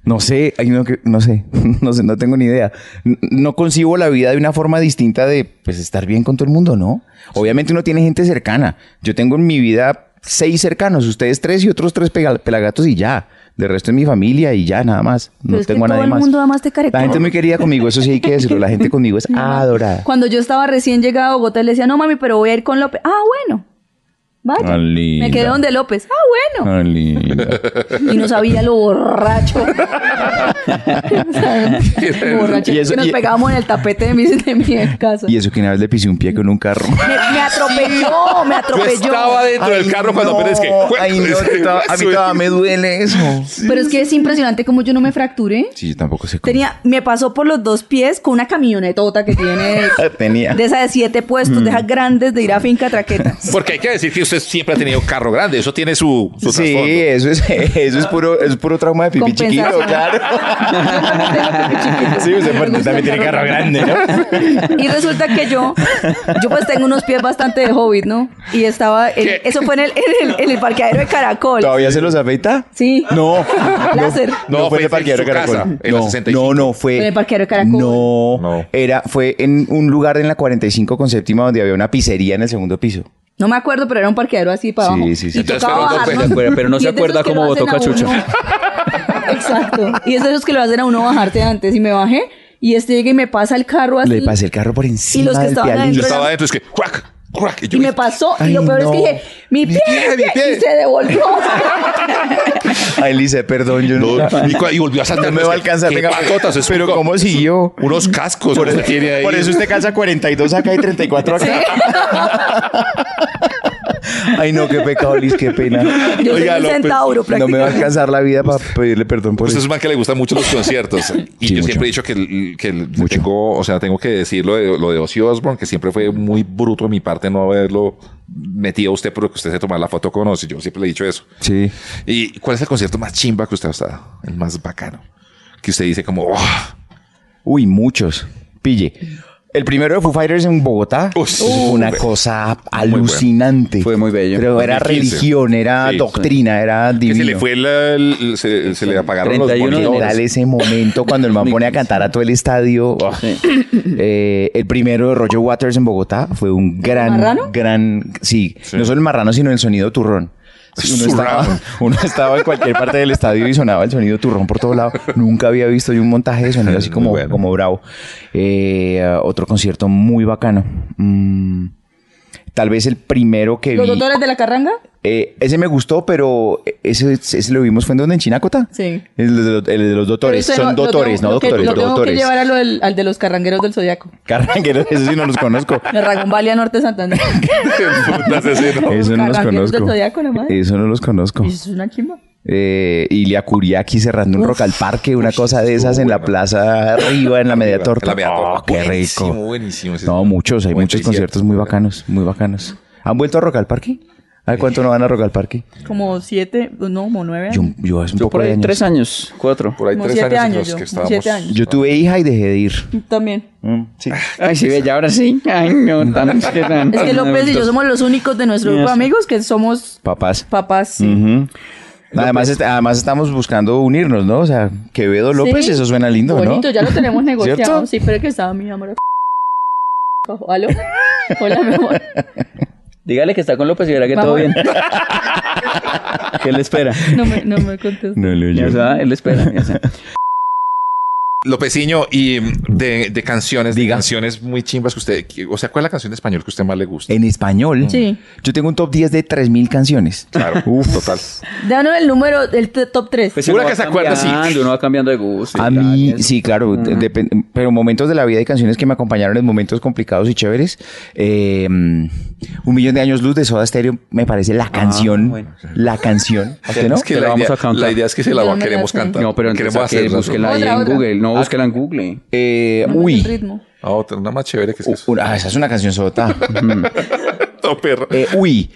C: No sé, hay uno que, no sé, no sé, no tengo ni idea. N- No concibo la vida de una forma distinta de pues estar bien con todo el mundo, ¿no? Obviamente uno tiene gente cercana. Yo tengo en mi vida seis cercanos, ustedes tres y otros tres pega- pelagatos y ya. De resto es mi familia y ya, nada más. No
D: Pero es que
C: tengo a
D: todo
C: nadie
D: el
C: más.
D: mundo ama este
C: la
D: caretón.
C: gente me quería conmigo, eso sí hay que decirlo. La gente conmigo es adorada.
D: Cuando yo estaba recién llegada a Bogotá, le decía, no, mami, pero voy a ir con López. Ah, bueno. Vaya.
C: Tan Ah, linda.
D: Me quedé donde López. Ah, bueno.
C: Tan linda.
D: Y no sabía lo borracho. borracho.
C: Y eso-
D: que nos
C: y-
D: pegábamos en el tapete de mi, de mi casa.
C: Y eso que una vez le pisé un pie con un carro.
D: Me, me atropelló, me
A: Yo
D: atropelló.
A: estaba dentro del
C: Ay,
A: carro cuando
C: no,
A: apenas que.
C: ay, no, to- a mí todavía me duele eso.
D: Pero es que es impresionante como yo no me fracturé.
C: Sí, yo tampoco sé cómo.
D: Tenía, me pasó por los dos pies con una camionetota que tiene
C: Tenía. Mm.
D: de esas de siete puestos, de esas grandes de ir a finca traqueta.
A: Porque hay que decir que usted siempre ha tenido carro grande. Eso tiene su, su
C: Sí,
A: trasfondo.
C: eso es, eso es puro, es puro trauma de pipí chiquito,
D: Compensación.
C: claro. Sí, usted
D: Me
C: bueno,
D: gusta
C: también
D: el
C: tiene
D: carro
C: carro grande, ¿no?
D: Y resulta que yo, yo pues tengo unos pies bastante de hobbit, ¿no? Y estaba, en-
A: ¿Qué?
D: eso fue en el, en el, en el parqueadero de Caracol.
C: ¿Todavía se los afeita?
D: Sí.
C: No.
D: Láser.
C: No,
A: No,
C: fue en el
A: fue en
C: parqueadero
A: su
C: de Caracol.
A: casa, en la
C: no,
A: 65.
C: no, no, fue.
D: Fue en el parqueadero de Caracol.
C: No,
A: No.
C: Era, fue en un lugar en la 45 con séptima donde había una pizzería en el segundo piso.
D: No me acuerdo, pero era un parqueadero así para
C: Sí,
D: abajo.
C: sí, sí.
D: Y tocaba
A: Entonces, pero no
D: bajarnos.
E: se acuerda, pero no
D: Y
E: se
D: es de esos
E: acuerda
D: que
E: cómo
D: lo
E: botó
D: hacen a uno- Exacto. Y es de esos que lo hacen a uno bajarte antes. Y me bajé y este llega y me pasa el carro así.
C: Le pasé el carro por encima.
D: ¿Ah, los que
C: del
D: estaban
C: pialín.
A: Yo
D: adentro
A: estaba adentro, es que. ¡Crack! ¡Crack!
D: Y me pasó, y lo
C: Ay,
D: peor es que
C: no.
D: dije, mi
A: Mi
D: pie,
A: pie, mi pie.
D: y se devolvió.
C: Ay, Lice, perdón, yo
A: No,
C: no.
A: y, cua- y volvió a saltar.
C: No me va a alcanzar,
A: Qué
C: venga,
A: patotas, es
C: pero
A: un-
C: ¿cómo siguió?
A: Unos cascos que usted tiene ahí.
C: Por eso usted calza 42 acá y 34 acá. Ay, no, qué pecado, Liz, qué pena.
D: Yo
A: Oiga,
D: soy un
A: López,
C: No me va
D: centauro
C: a
D: prácticamente.
C: alcanzar la vida para pedirle perdón por
A: Usted
C: eso.
A: Pues es un man que le gustan mucho los conciertos. Y
C: Pues Sí,
A: yo siempre
C: mucho.
A: he dicho que, el- que el- tengo, o sea, tengo que decir lo de, lo de Ozzy Osbourne, que siempre fue muy bruto de mi parte no haberlo metido a usted porque usted se tomara la foto con Ozzy. Yo siempre le he dicho eso.
C: Sí.
A: ¿Y cuál es el concierto más chimba que usted ha estado? El más bacano. Que usted dice como, "Oh,
C: Uy, muchos. Pille. El primero de Foo Fighters en Bogotá
A: Uy,
C: fue una
A: uy.
C: cosa
A: bueno.
C: alucinante.
E: Fue muy bello.
C: Pero era
A: 2015.
C: religión, era
A: Sí,
C: doctrina, era
A: que
C: divino.
A: se le fue la- el- se, se le apagaron los
E: 31 de
A: monitores.
C: general ese momento cuando el man pone a cantar a todo el estadio. ¡oh!
E: Sí.
C: Eh, el primero de Roger Waters en Bogotá fue un gran,
D: ¿Marrano?
C: gran, sí, no solo el marrano, sino el sonido turrón. Sí, Uno estaba,
A: Zurrao.
C: uno estaba en cualquier parte del estadio y sonaba el sonido turrón por todo lado. Nunca había visto yo un montaje de sonido así
A: Muy
C: como,
A: bueno.
C: como bravo. Eh, otro concierto muy bacano. Mm, tal vez el primero que
D: ¿Los
C: vi.
D: doctores de la carranga?
C: Eh, ese me gustó, pero ese, ese lo vimos fue en donde en Chinacota.
D: Sí.
C: El de, los- el de los doctores,
D: Pero eso
C: son
D: no- lo
C: doctores,
D: tengo-
C: no
D: lo que-
C: doctores,
D: Lo tengo que
C: doctores.
D: llevar a lo del- al de los carrangueros del Zodíaco.
C: Carrangueros, eso sí no los conozco.
D: La Ragumbalia Norte de Santander.
A: Puta, ese sí, ¿no?
C: Eso no los
D: Carrangueros del
C: conozco.
D: Zodíaco, la madre.
C: Eso no los conozco.
D: Y eso es una chimba.
C: Eh, Ilia Kuriaki cerrando un rock al parque, una cosa de esas en la
A: bueno.
C: plaza arriba, en la media torta.
A: La media torta.
C: Oh, qué
A: Buenísimo,
C: rico.
A: buenísimo ese
C: No,
A: es-
C: muchos, hay muchos
A: 97.
C: conciertos muy bacanos, muy bacanos. ¿Han vuelto a rock al parque? ¿A ver, cuánto no van a rock al parque?
D: Como siete, no, como nueve años.
C: Yo, yo hace un
E: Yo
C: poco
E: por
C: de
E: ahí
C: años.
E: tres años, cuatro.
A: Por ahí
D: Como
A: tres
D: siete
A: años, en
D: años
A: los que
D: yo, como
A: estábamos.
D: siete años.
C: Yo tuve hija y dejé de ir.
D: También.
C: Mm, sí.
E: Ay, sí, ve, ya ahora sí. Ay, no, tan es que tan-
D: Es que López y yo
E: Entonces,
D: somos los únicos de nuestro grupo de amigos que somos
C: Papás.
D: papás. sí.
C: Ujú. Además, est- además estamos buscando unirnos, ¿no? O sea, Quevedo López,
D: Sí.
C: eso suena lindo,
D: Bonito,
C: ¿no?
D: ya lo tenemos negociado.
C: ¿Cierto?
D: Sí, pero que estaba mi amor. ¿Aló? Hola, mi amor.
E: Dígale que está con López y verá que todo
D: Vamos.
E: bien. ¿Qué le espera?
D: No me, no me contestas.
C: No le
E: Ya está, él espera. ya está.
A: Lopeciño, y mm, de, de canciones, de
C: Diga.
A: canciones muy chimbas que usted, que- o sea, ¿cuál es la canción de español que usted más le gusta?
C: En español.
D: Sí.
C: Yo tengo un top 10 de 3.000 canciones.
A: Claro, total.
D: Danos el número del t- top 3.
E: Pues
A: Seguro
E: uno
A: que
E: va
A: se acuerda, sí.
E: cambiando, Uno va cambiando de gusto.
C: A
E: y tal,
C: mí,
E: y eso.
C: sí, claro, de- depen- pero momentos de la vida y canciones que me acompañaron en momentos complicados y chéveres. Eh, un millón de años luz de Soda Stereo me parece la canción,
E: Ah, bueno.
C: la canción. ¿A usted Este, no?
A: Es que
E: Te
A: la,
E: la vamos
A: idea,
E: a cantar.
A: la idea es que se la
D: Yo
A: va-
D: no la
A: queremos
D: sé.
A: cantar.
E: No, pero entonces
A: queremos
E: ¿a qué?
A: hacerla.
E: búsquela ahí
D: Otra,
E: en
D: otra.
E: Google. No, búsquela en Google.
C: Eh,
D: No me sé el
C: uy,
D: ritmo.
A: Ah, otra, una más chévere que es que es.
C: una- ah, esa es una canción sota.
A: No, perro.
C: Eh, uy,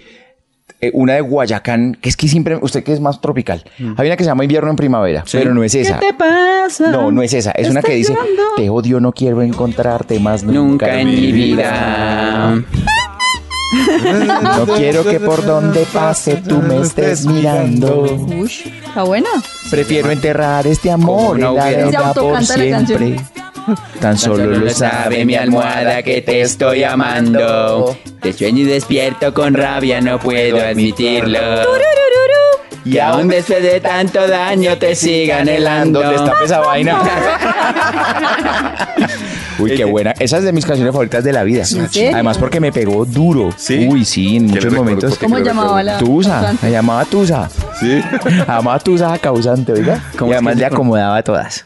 C: eh, una de Guayacán, que es que siempre, usted que es más tropical.
D: Mm.
C: Hay una que se llama Invierno en Primavera, pero no es esa.
E: pasa?
C: No, no es esa. Es una que dice, te odio, no quiero encontrarte más nunca,
E: Nunca en mi vida.
C: No quiero que por donde pase tú me estés mirando.
D: Ush, está buena.
C: Prefiero enterrar este amor
E: Como
C: en
E: una
C: la
E: hoguera.
D: Se
C: arena por
D: autocanta la canción.
C: siempre. Tan solo lo sabe mi almohada que te estoy amando.
E: Te sueño y despierto con rabia, no puedo admitirlo.
C: Y aún
E: después de tanto daño te siga
C: anhelando. ¿Dónde está esa vaina? Uy, qué buena. Esa es de mis canciones favoritas de la vida.
D: ¿En serio?
C: Además, porque me pegó duro.
A: ¿Sí?
C: Uy, sí, en
A: ¿Qué
C: muchos
A: le recuerdo?
C: momentos.
A: ¿Por
D: ¿Cómo
A: creo que
D: llamaba
A: recuerdo.
D: la
C: Tusa,
D: cantante?
C: me llamaba Tusa.
A: Sí.
C: Llamaba Tusa causante, oiga.
E: ¿Cómo
C: y
E: es
C: además
E: que
C: le
E: se con-
C: acomodaba todas.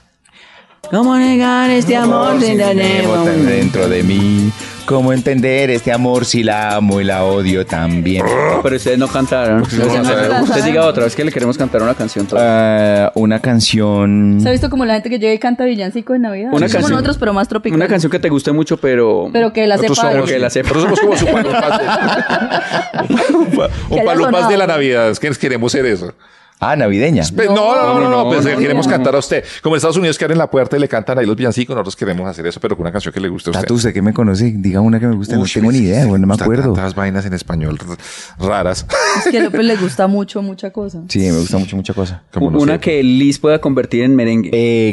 E: ¿Cómo negar este amor sin tener
C: tan dentro de mí. ¿Cómo entender este amor si la amo y la odio también?
E: Pero ustedes no cantaron.
D: no saben.
E: Usted diga otra vez que le queremos cantar una canción. toda.
C: Ah, una canción.
D: ¿Se ha visto como la gente que llega y canta villancicos en Navidad?
E: Una
D: Es como
E: canción.
D: nosotros, pero más tropical.
E: Una canción que te guste mucho, pero.
D: Pero que la
A: Nosotros
D: sepa.
A: somos,
E: que la sepa.
A: nosotros somos como su palopas de, un pa- un
D: haya
A: palopas de la
D: sonado.
A: Navidad. Es que queremos ser eso.
C: Ah, navideña.
A: Pe- No, no, no, no, no,
E: no,
A: pues
E: no,
A: le
E: no,
A: queremos
E: no.
A: cantar a usted. Como en Estados Unidos que abren la puerta y le cantan ahí los villancicos, nosotros queremos hacer eso, pero con una canción que le guste a usted.
C: Tatu, usted que me conoce, diga una que me guste. no
A: Uy,
C: tengo ni idea,
A: sí,
C: bueno, no me
A: gustan
C: acuerdo.
A: Tantas vainas en español r- raras.
D: Es que a López le gusta mucho, mucha cosa.
C: Sí, me gusta mucho, mucha cosa.
A: Como no
E: una
A: sé.
E: que Liz pueda convertir en merengue.
D: Ah,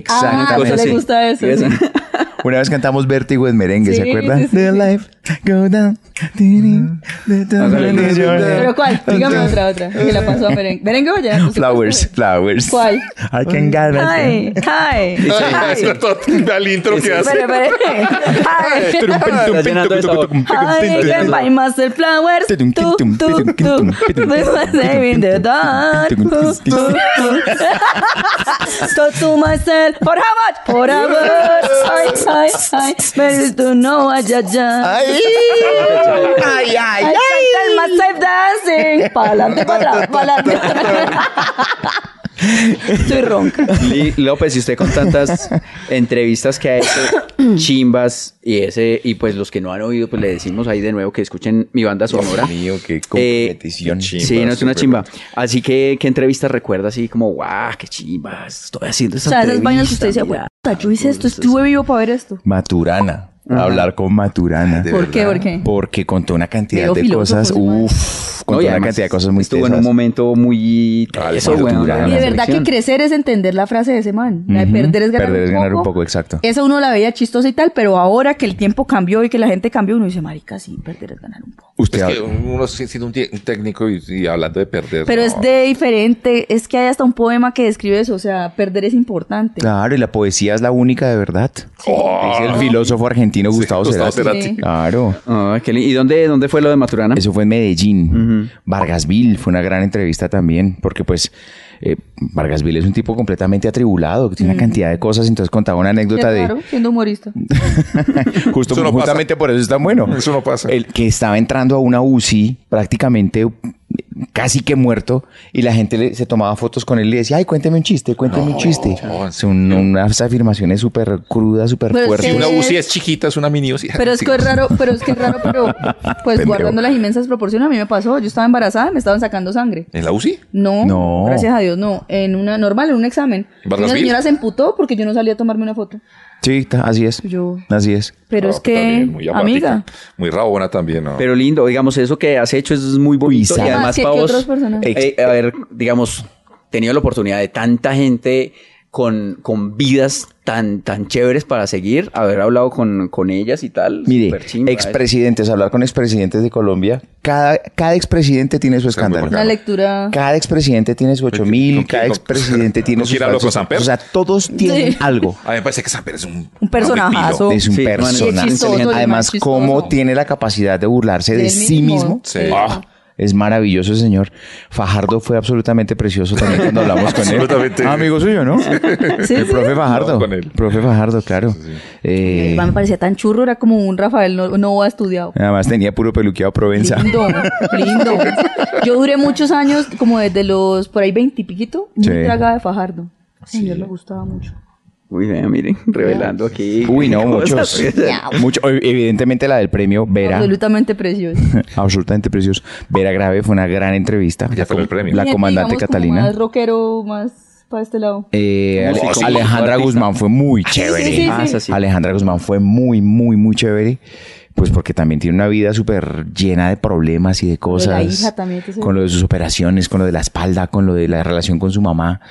C: Exactamente.
D: ¿usted
E: sí.
D: le gusta eso?
E: Eso.
D: sí.
C: Una vez cantamos Vértigo en merengue, ¿se
D: Sí,
C: acuerda?
D: sí, sí,
C: The
D: sí.
C: life go down.
D: ¿Pero cuál? Dígame otra, otra. Que la pasó a merengue. ¿Merengue o ya?
C: Flowers, flowers.
D: ¿Cuál?
C: I can get it.
D: Ay, ay,
A: Ay,
D: ay.
A: al intro que hace.
D: Espere, espere. Ay,
E: Está llenando esa voz.
D: ay, can buy myself flowers. Tú, tú, tú. We were saving the dark. Tú, tú, tú. So to myself, for how much? For how much? Ay, ay, ay. Better to know, ay, ay, ay.
C: ay, ay,
D: Ay, canta el más safe dancing. Para adelante, para atrás, para adelante. Estoy ronca.
E: Li- López, y usted con tantas entrevistas que ha hecho, chimbas, y ese, y pues los que no han oído, pues le decimos ahí de nuevo que escuchen mi banda sonora.
C: Dios mío, qué
E: Eh,
C: competición.
E: sí, no es una chimba. Así que, ¿qué entrevistas recuerda así como, guau, qué chimbas? Estoy haciendo
D: O
E: esta
D: sea, esas
E: entrevista,
D: vainas que usted decía,
E: mira".
D: "Puta, yo hice esto, estuve vivo para ver esto.
C: Maturana. Hablar con Maturana.
D: ¿Por qué? ¿Por qué?
C: Porque contó una cantidad
D: Veo
C: de cosas.
D: filósofos, ese man.
C: Uf,
E: No,
C: contó
E: y
C: una
E: además
C: cantidad de cosas muy
E: Estuvo en
C: tesas.
E: un momento muy.
C: Al
E: Eso,
C: Maduro,
E: weón,
C: Durán,
E: la
D: Y de verdad que
E: selección.
D: crecer es entender la frase de ese man. La de
C: Ujú.
D: perder es ganar
C: Perder
D: un
C: es
D: poco.
C: ganar un poco, exacto.
D: Esa uno la veía chistosa y tal, pero ahora que el tiempo cambió y que la gente cambió, uno dice, marica, sí, perder es ganar un poco.
C: Usted
A: es que
C: habla-
A: uno si- siendo un, tie- un técnico y, y hablando de perder.
D: Pero
A: no.
D: es de diferente, es que hay hasta un poema que describe eso, o sea, perder es importante.
C: Claro, y la poesía es la única de verdad.
A: Oh,
C: Dice
E: Ah.
C: el filósofo argentino Gustavo
A: Gustavo
C: Cerati.
D: Cerati. Sí.
C: Claro.
E: Ay, Ah, qué lindo. ¿Y dónde, dónde fue lo de Maturana?
C: Eso fue en Medellín.
E: Ujú.
C: Vargasville fue una gran entrevista también, porque pues eh, Vargasville es un tipo completamente atribulado, que tiene una cantidad de cosas, entonces contaba una
D: Qué
C: anécdota de...
D: raro, siendo humorista.
C: Justo,
A: Eso no pasa.
C: justamente por eso es tan bueno.
A: Eso no pasa.
C: El que estaba entrando a una UCI prácticamente casi que muerto y la gente le- se tomaba fotos con él y le decía, ay, cuénteme un chiste, cuénteme un chiste.
A: no.
C: Son unas afirmaciones súper crudas, súper
D: Pero es
C: fuertes.
A: Si una
D: Es-
A: UCI es chiquita, es una mini UCI.
D: Pero es
A: Sí.
D: que es raro, pero es que es raro, pero pues
C: Pendejo.
D: guardando las inmensas proporciones, a mí me pasó, yo estaba embarazada, me estaban sacando sangre.
A: ¿En la UCI?
D: No,
C: No.
D: gracias a Dios, no. En una normal, en un examen. Y Una
A: ¿Vargasville?
D: señora se emputó porque yo no salí a tomarme una foto.
C: Sí, ta- así es.
D: Yo-
C: Así es.
D: Pero
A: Ah,
D: es que,
A: también, muy apática.
D: amiga.
A: Muy rabona también, ¿no?
E: Pero lindo, digamos, eso que has hecho es muy bonito.
C: Uy,
E: y además,
D: Ah, ¿Qué-
E: para
D: qué
E: vos,
D: otros personajes?
E: eh, a ver, digamos, tenido la oportunidad de tanta gente con, con vidas tan, tan chéveres para seguir, haber hablado con, con ellas y tal.
A: Pues
C: Mire,
E: súper chimba, eh.
C: expresidentes, hablar con expresidentes de Colombia, cada, cada expresidente tiene su
A: sea, muy
C: escándalo.
A: bacano. Pues,
D: Una lectura.
C: Cada expresidente tiene su ocho mil,
A: ¿Con quién-
C: cada
A: con-
C: expresidente
A: con
C: tiene su
A: quién habló con Samper?
C: O sea, todos tienen
D: Sí.
C: algo.
A: A mí me parece que Samper es un...
D: Un personajazo.
C: Es un
E: Sí, man, es
C: personaje.
E: chistoso,
C: inteligente.
D: man,
C: Además,
D: chistoso.
C: cómo tiene la capacidad de burlarse de,
D: Del
C: sí mismo.
D: mismo.
A: Sí.
C: Ah, es maravilloso, señor. Fajardo fue absolutamente precioso también cuando hablamos con él.
A: Absolutamente.
C: Ah, amigo suyo, ¿no?
D: Sí,
C: El
D: sí.
C: profe Fajardo.
A: No, con él.
C: Profe Fajardo, claro. Eh,
D: El man me parecía tan churro, era como un Rafael no, no ha estudiado.
C: Además tenía puro peluqueado Provenza.
D: Lindo, lindo. Yo duré muchos años, como desde los por ahí veintipiquito, muy
C: Sí.
D: tragada de Fajardo. Señor, me gustaba mucho.
E: Uy, vean, miren, revelando aquí.
C: Uy, no,
E: cosas.
C: muchos. Mucho, evidentemente la del premio Vera.
D: Absolutamente precioso.
C: Absolutamente precioso. Vera Grave fue una gran entrevista.
A: Ya fue el premio.
C: La
D: Gente,
C: comandante
D: digamos, como
C: Catalina.
D: Más rockero, más para este lado.
C: Eh, Ale-
A: Músico, sí,
C: Alejandra
E: artista.
C: Guzmán fue muy chévere.
D: sí, sí,
E: Ah, esa sí.
C: Alejandra Guzmán fue muy, muy, muy chévere. Pues porque también tiene una vida súper llena de problemas y de
D: de
C: cosas.
D: la hija también, que se-
C: Con lo de sus operaciones, con lo de la espalda, con lo de la relación con su mamá.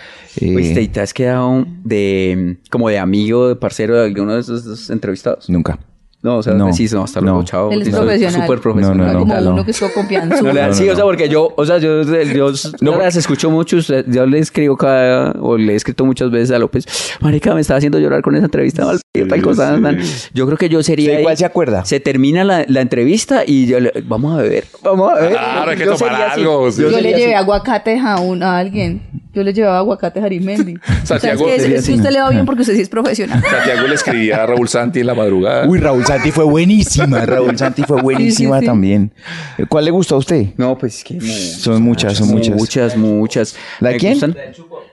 C: Eh,
A: Pues
E: Oíste, ¿y Pues, te has quedado de, como de amigo, de parcero de alguno de esos, esos entrevistados?
C: nunca.
E: No, o sea,
C: No.
E: decís, no, hasta luego,
C: No.
E: chao.
D: Él es
E: listo,
D: profesional.
E: Súper profesional.
C: No, no,
D: como
C: no.
D: uno que estuvo confianza.
E: No le dan-
C: no,
E: sí,
C: no.
E: o sea, porque yo, o sea, yo, yo, no, las escucho mucho, usted- yo le escribo cada, o le he escrito muchas veces a López, marica, me estaba haciendo llorar con esa entrevista, mal parido, tal cosa, tan- yo creo que yo sería...
C: ¿Usted igual
E: ahí-
C: se acuerda?
E: Se termina la, la entrevista y yo le, vamos a beber, vamos a beber.
A: Claro, hay que
E: Yo
A: tomar
E: sería así.
A: algo, sí.
D: Yo, le
E: sería así.
D: llevé aguacates a, un, a alguien. Yo le llevaba aguacates a Arismendi. O sea, es
A: Santiago
D: que es-
A: sería
D: es que usted le va bien porque usted sí es profesional.
A: Santiago le escribía a Raúl Santi en la madrugada.
C: Uy, Raúl Santi fue buenísima. Raúl Santi fue buenísima
D: sí.
C: también. ¿Cuál le gustó a usted?
E: No, pues es que...
C: Son muchas, Ah, son muchas.
E: Muchas, muchas.
C: ¿La
E: Me
C: quién?
E: gustan-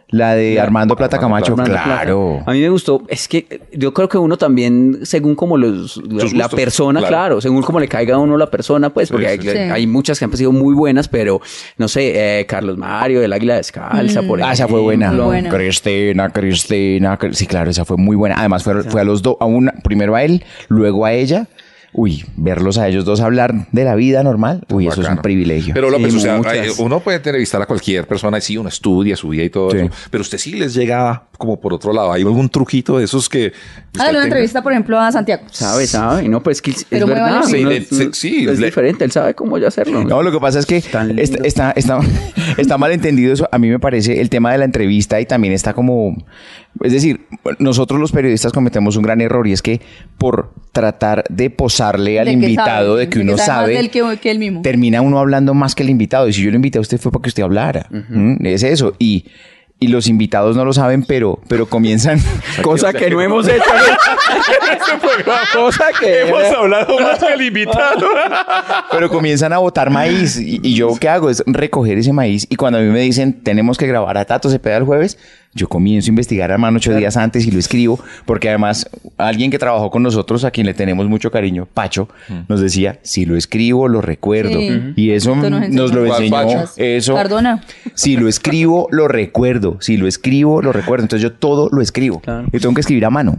C: La de
E: La-
C: Armando Plata Camacho,
E: Armando Plata.
C: claro.
E: A mí me gustó, es que eh, yo creo que uno también, según como los, la,
A: Sus
E: la
A: gustos,
E: persona,
A: claro.
E: claro. según como le caiga a uno la persona, pues, porque hay,
A: sí,
D: sí.
E: hay muchas que han sido muy buenas, pero no sé, eh, Carlos Mario, El Águila
D: Mm.
E: Descalza, por
C: Ah, esa fue buena.
D: Muy buena.
C: Cristina, Cristina. Cri- Sí, claro, esa fue muy buena. Además, fue, fue a los dos, a una, primero a él, luego a ella. Uy, verlos a ellos dos hablar de la vida normal. Uy, eso es un
A: Bacano.
C: privilegio.
A: Pero López,
E: Sí,
A: o sea,
E: muchas.
A: hay- eh, uno puede entrevistar a cualquier persona y sí, uno estudia su vida y todo
C: Sí.
A: eso. Pero usted sí les llega como por otro lado. ¿Hay algún truquito de esos Pues que. usted
D: Hágale
A: tenga?
D: una entrevista, por ejemplo, a Santiago.
E: ¿Sabe? ¿Sabe? No, pues que es
D: Pero muy
E: verdad.
D: valiente.
A: Sí,
E: uno-
A: le- sí, sí,
E: es
A: le-
E: diferente, él sabe cómo ya hacerlo.
C: No, lo que pasa es que
E: Tan lindo.
C: está, está, está, está mal entendido eso. A mí me parece el tema de la entrevista y también está como... Es decir, nosotros los periodistas cometemos un gran error y es que por tratar de posarle al
D: De que
C: invitado
D: sabe,
C: de que
D: de que
C: uno
D: sabe más
C: sabe,
D: del que- que él mismo.
C: termina uno hablando más que el invitado. Y si yo lo invité a usted fue para que usted hablara. ¿Mm? Es eso. Y... y los invitados no lo saben, pero, pero comienzan.
E: Cosa que no hemos hecho. Cosa que
A: hablado más que el invitado.
C: Pero comienzan a botar maíz. Y, y yo, ¿qué hago? Es recoger ese maíz. Y cuando a mí me dicen, tenemos que grabar a Tato Cepeda el jueves, yo comienzo a investigar, hermano, ocho días antes y lo escribo. Porque además, alguien que trabajó con nosotros, a quien le tenemos mucho cariño, Pacho, nos decía, si lo escribo, lo recuerdo.
D: Sí.
C: Y eso
D: Esto nos
C: nos,
A: enseñó.
C: lo enseñó.
A: ¿Cuál Pacho?
C: Eso.
D: Cardona.
C: Si lo escribo, lo recuerdo. Si lo escribo, lo recuerdo. Entonces yo todo lo escribo.
E: Claro.
C: Yo tengo que escribir a mano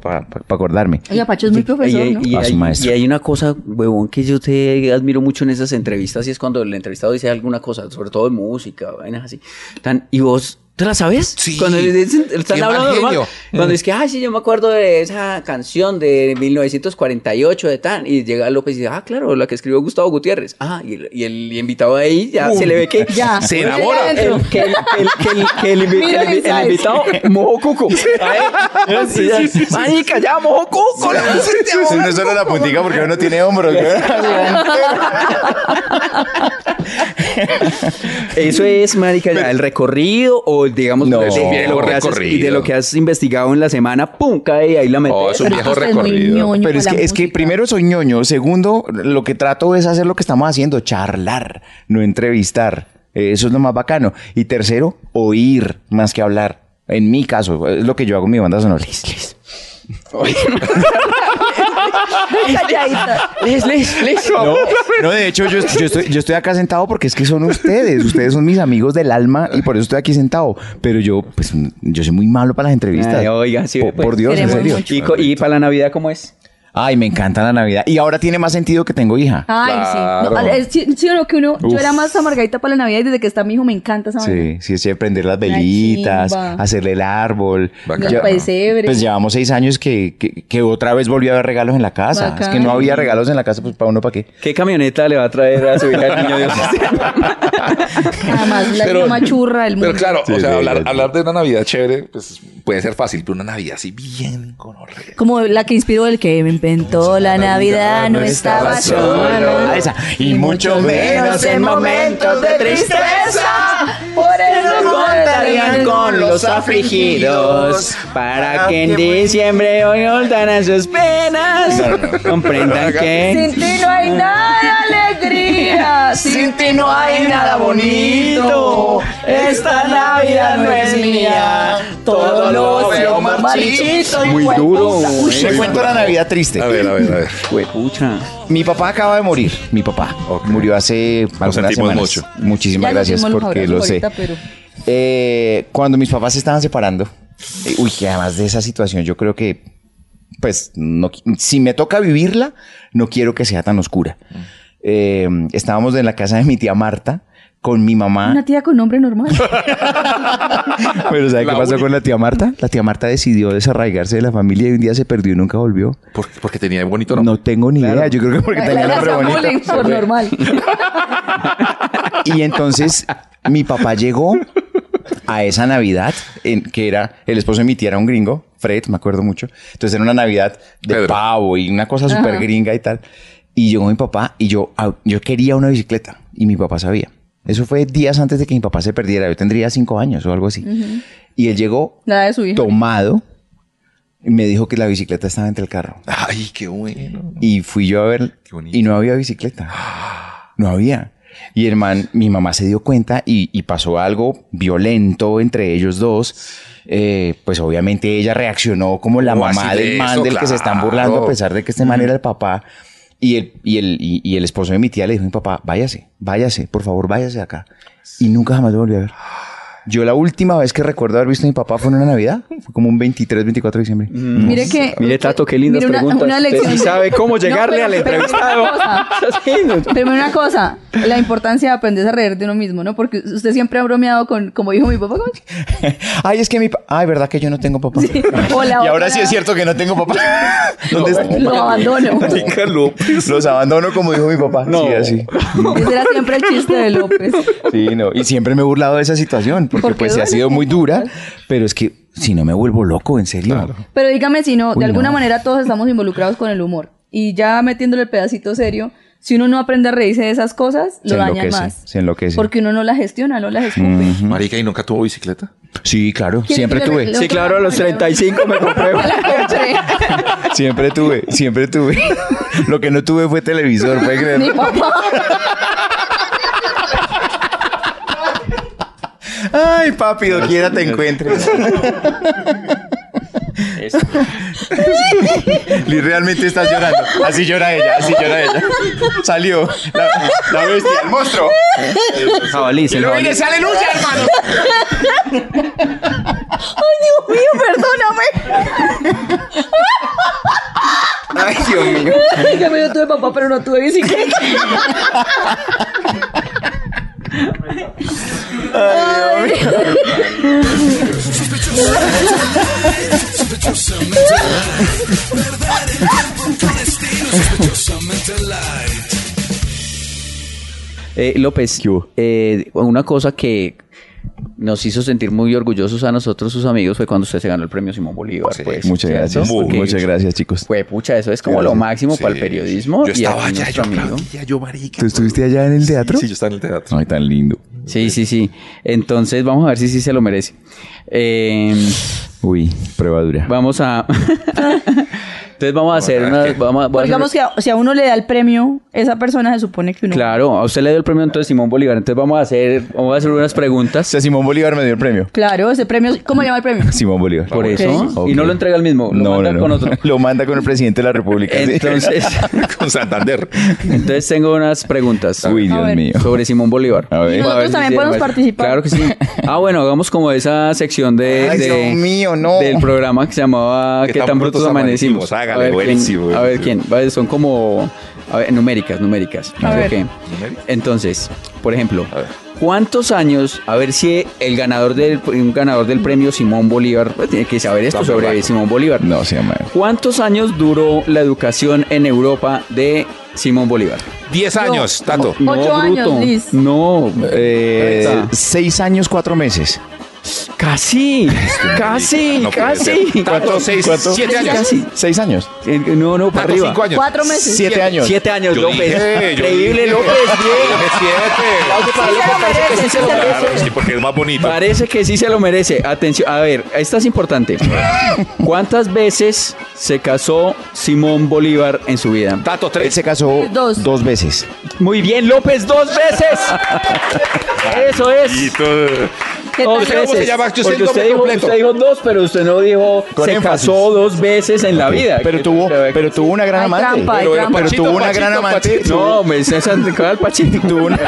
C: para acordarme.
D: Oiga, Pacho es muy
E: Y
D: profesor,
E: hay,
D: ¿no?
E: y
C: A su
E: hay-
C: maestro.
E: y hay una cosa, huevón, que yo te admiro mucho en esas entrevistas y es cuando el entrevistado dice alguna cosa, sobre todo de música, vainas así. Tan, y vos, ¿te la sabes?
A: Sí.
E: Cuando le dicen,
A: Qué Mm.
E: están
A: mal
E: hablando normal.
A: genio.
E: Cuando es que, ah, sí, yo me acuerdo de esa canción de 1948 de tan. Y llega López y dice, ah, claro, la que escribió Gustavo Gutiérrez. Ah, y el, y el invitado ahí ya se le ve que.
D: Ya.
A: Se
D: Oiga,
A: enamora.
D: adentro.
E: El- que el, que el, que el, que el, invi-
D: Mira
E: el invi-
D: el
E: el invitado mojo cuco. Ay, Marica, ya mojo cuco. la-
C: no es solo la puntica porque uno tiene hombros.
E: Eso es, marica, ya, el recorrido o digamos
C: No,
E: de, de lo
A: viejo
E: que haces, y de
A: recorrido.
E: lo que has investigado en la semana, pum, cae y ahí la metes.
A: Oh, es un
D: Pero
A: viejo
D: usted es muy
A: recorrido.
D: ñoño
C: Pero es
D: para
C: que,
D: la
C: es que
D: música.
C: primero soy ñoño, segundo, lo que trato es hacer lo que estamos haciendo, charlar, no entrevistar. Eh, Eso es lo más bacano. Y tercero, oír más que hablar. En mi caso, es lo que yo hago en mi banda sonora.
D: Calladita.
E: Les, les, les.
C: No, no, de hecho, yo, yo estoy, yo estoy acá sentado porque es que son ustedes. Ustedes son mis amigos del alma y por eso estoy aquí sentado. Pero yo, pues, yo soy muy malo para las entrevistas.
E: Ay, oiga, sí,
C: por,
E: pues.
C: por Dios, en
D: Queremos
C: serio.
D: mucho.
E: Y, co- y para la Navidad, ¿cómo es?
C: Ay, me encanta la Navidad. Y ahora tiene más sentido que tengo hija.
D: Ay, sí. No,
A: Claro.
D: es- sí, sí, no, que uno, yo
C: Uf.
D: era más amargadita para la Navidad y desde que está mi hijo me encanta esa vaina.
C: Sí, sí, sí, prender las velitas,
D: chimba.
C: hacerle el árbol.
A: Bacán.
D: El pesebre.
C: Pues llevamos seis años que, que, que otra vez volvió a haber regalos en la casa.
D: Bacán.
C: Es que no había regalos en la casa, pues para uno, ¿para qué?
E: ¿Qué camioneta le va a traer a su hija el niño Dios?
D: Además, la
A: Pero-
D: más churra del mundo.
A: Pero claro,
C: Sí,
A: o sea,
C: sí,
A: hablar,
C: sí.
A: hablar de una Navidad chévere pues, puede ser fácil, pero una Navidad así bien con orrea.
D: Como la que inspiró el que me inventó la Navidad, no estaba sola.
C: Ah, esa. Y mucho menos en momentos de
D: tristeza. Por eso
E: Contarían con los afligidos para que en diciembre hoy olvidaran sus penas. Comprendan que
D: Sin ti no hay nada de alegría. Sin ti no hay nada bonito.
E: Esta
D: Navidad no es mía. Todo lo veo marchito y Muy duro.
C: Uy, me cuento la Navidad triste.
A: A ver, a ver, a ver.
E: eh, Pucha.
C: Mi papá acaba de morir. Mi papá
A: Ok.
C: murió hace algunas
A: sentimos
C: semanas.
A: mucho.
C: Muchísimas
D: Ya nos
C: gracias
D: dimos los
C: porque
D: abrazos
C: lo sé.
D: ahorita, pero-
C: Eh, cuando mis papás se estaban separando, eh, uy, que además de esa situación, yo creo que, pues, no, qui- si me toca vivirla, no quiero que sea tan oscura. Eh, estábamos en la casa de mi tía Marta con mi
D: Una
E: Ah.
C: mamá.
D: tía con nombre normal.
C: Pero ¿sabe
A: La
C: qué pasó
A: única.
C: con la tía Marta? La tía Marta decidió desarraigarse de la familia y un día se perdió y nunca volvió.
A: Por- porque tenía bonito
C: No,
A: nombre.
C: tengo ni idea. Yo creo que porque tenía
D: La
C: nombre
D: hacía
C: bonito.
D: bullying por normal.
C: Y entonces mi papá llegó a esa Navidad, en, que era el esposo de mi tía, era un gringo, Fred, me acuerdo mucho. Entonces era una Navidad de
A: Pedro.
C: pavo y una cosa súper gringa y tal. Y llegó mi papá y yo, ah, yo quería una bicicleta y mi papá sabía. Eso fue días antes de que mi papá se perdiera. Yo tendría cinco años o algo así. Y él llegó
D: La de su hija.
C: tomado y me dijo que la bicicleta estaba entre el carro.
A: Ay, qué bueno.
C: Y fui yo a ver
A: Qué bonito.
C: y no había bicicleta. No había. Y el man, mi mamá se dio cuenta y, y pasó algo violento entre ellos dos. Eh, pues obviamente ella reaccionó como la
A: Como
C: mamá
A: Oh, así de
C: del man
A: eso,
C: del que se están burlando,
A: claro.
C: a pesar de que este man era el papá. Y el, y, el, y, y el esposo de mi tía le dijo a mi papá, váyase, váyase, por favor, váyase de acá. Y nunca jamás lo volví a ver. Yo la última vez que recuerdo haber visto a mi papá fue en una Navidad, fue como un 23, 24 de diciembre.
D: Mire que.
E: Mire, Tato, qué lindas
D: Mire, una-
E: preguntas.
D: una
E: Usted
D: lección
E: sí
D: de-
E: sabe cómo
D: No,
E: llegarle
D: pero-
E: al
D: pero una
E: entrevistado.
D: cosa.
E: Sí, no.
D: Primero una cosa, la importancia de aprender a reír de uno mismo, ¿no? Porque usted siempre ha bromeado con, como dijo mi papá, ¿cómo?
C: Ay, es que mi papá. Ay, ¿verdad que yo no tengo papá?
D: Sí. O la
C: y ahora
D: otra-
C: sí es cierto que no tengo papá. ¿Dónde está?
D: lo abandono.
C: Marica López. Los abandono, como dijo mi papá.
E: No.
C: Sí, así.
D: Ese era siempre el chiste de López.
C: Sí, no. Y siempre me he burlado de esa situación, porque
D: Porque
C: pues sí ha
D: duele.
C: sido muy dura, pero es que si no me vuelvo loco, en serio.
D: Pero dígame si no, de
C: Uy,
D: alguna
C: no.
D: manera todos estamos involucrados con el humor. Y ya metiéndole el pedacito serio, Si uno no aprende a reírse de esas cosas, lo
C: Se
D: daña
C: enloquece,
D: más.
C: se enloquece. Mm.
D: Porque uno no las gestiona, no las escupe.
A: Marica, ¿y nunca tuvo bicicleta?
C: Sí, claro.
D: ¿Quién
C: Siempre
D: le
C: tuve.
D: regaló?
E: Sí, claro, a los 35 me compré.
D: Me la compré.
C: Siempre tuve. Siempre tuve. Lo que no tuve fue televisor, puede
D: Mi
C: creer.
D: papá.
C: Ay, papi, doquiera te encuentres. Liz realmente estás llorando. Así llora ella, así llora ella. Salió la, la bestia, el monstruo.
E: Jabalí, se lo
C: ¡Oye, sale Lucha, hermano!
D: Dios mío, perdóname.
C: Ay, Dios mío.
D: Ya me yo tuve papá, pero no tuve bicicleta.
E: Eh, López, eh, una cosa que nos hizo sentir muy orgullosos a nosotros, sus amigos, fue cuando usted se ganó el premio Simón Bolívar. pues,
C: Muchas
E: ¿cierto?
C: gracias.
E: Porque
C: Muchas gracias, chicos.
E: Fue pucha, eso es como
C: Gracias.
E: lo máximo para el
A: Sí.
E: periodismo.
A: Yo
E: y
A: estaba
E: a
A: allá, yo
E: nuestro amigo.
A: aplaudía, yo marica.
C: ¿Tú estuviste allá en el teatro?
A: Sí, yo estaba en el teatro.
C: Ay, tan lindo.
E: Sí, sí, sí. Entonces, vamos a ver si sí se lo merece. Eh,
C: Uy, prueba dura.
E: vamos a. Entonces, vamos a hacer
A: Bueno, a
E: una.
A: ver qué-
E: Vamos a- voy a
D: Porque
E: hacer-
D: digamos que a- si a uno le da el premio, esa persona se supone que uno.
E: Claro, a usted le dio el premio entonces Simón Bolívar. Entonces, vamos a hacer, vamos a hacer unas
C: O
E: preguntas.
C: sea, Simón Bolívar me dio el premio.
D: Claro, ese premio. ¿Cómo se llama el premio?
C: Simón Bolívar.
E: Por
D: Ok.
E: eso. Y no lo entrega el mismo. Lo
C: no,
E: manda
C: no, no.
E: con otro.
C: Lo manda con el presidente de la República. sí.
E: Entonces,
A: Con Santander.
E: entonces tengo unas preguntas
C: Uy,
D: A
C: Dios
D: ver.
C: mío.
E: sobre Simón Bolívar.
C: A ver.
D: Y
E: A ver
D: nosotros
E: si
D: también
E: se-
D: podemos
E: vale.
D: participar.
E: Claro que sí. Ah, bueno, hagamos como esa sección de,
C: Ay,
E: de-
C: Dios mío, no.
E: del programa que se llamaba
A: ¿Qué
E: ¿Qué
A: tan
E: tan brutos
A: brutos
E: amanecimos?
A: amanecimos? Hágale,
E: a ver
A: buenísimo,
E: Quién, a ver quién.
A: buenísimo.
E: Vale, son como a ver, numéricas, numéricas.
D: A ver.
E: Ok. Entonces, por ejemplo,
A: ver.
E: ¿cuántos años? A ver si el ganador del un ganador del premio Simón Bolívar pues, tiene que saber esto
A: Vamos,
E: sobre
A: vamos.
E: Simón Bolívar.
C: No, se llama.
E: ¿Cuántos años duró la educación en Europa de Simón Bolívar?
A: 10 años, Tato.
D: Ocho años, Liz.
E: No,
C: Eh,
E: Ahí está.
C: seis años, cuatro meses.
E: casi, casi,
A: Este, No puede
E: casi.
A: ser. Tato, 6,
C: ¿Cuánto?
A: 7 años.
E: Casi.
C: Seis años.
E: Eh, No, no, para
A: Tato,
E: arriba.
A: 5 años.
D: Cuatro meses.
C: Siete años.
E: Siete años,
A: Yo
E: López.
A: dije, yo
E: Increíble,
A: dije.
E: López, bien.
A: Dije siete.
E: Aplauso para
D: Sí se
E: López,
D: lo
E: parece que
D: merece,
E: sí se
D: sí
E: lo
D: se lo
E: merece.
A: Claro, sí, porque es más bonito.
E: Parece que sí se lo merece. Atención, a ver, esta es importante. ¿Cuántas veces se casó Simón Bolívar en su vida?
A: Tato,
C: Él
A: 3.
C: se casó
D: Dos.
C: dos veces.
E: Muy bien, López, dos veces. Eso es.
D: ¿Qué
E: Dos
D: tal?
A: ¿Cómo se llama? Yo sé el
E: Porque usted
A: nombre
E: dijo,
A: completo.
E: usted dijo dos, pero usted no dijo
C: Con
E: se
C: énfasis.
E: casó dos veces en la vida.
C: Pero
E: Que-
C: tuvo, pero tuvo una gran
D: Hay
C: amante.
D: trampa, hay
C: Pero-
D: trampa.
C: Pero tuvo
A: Pachito,
C: una gran
A: Pachito,
C: amante.
A: Pachito.
E: No, me se el Pachito.
C: Tuvo una-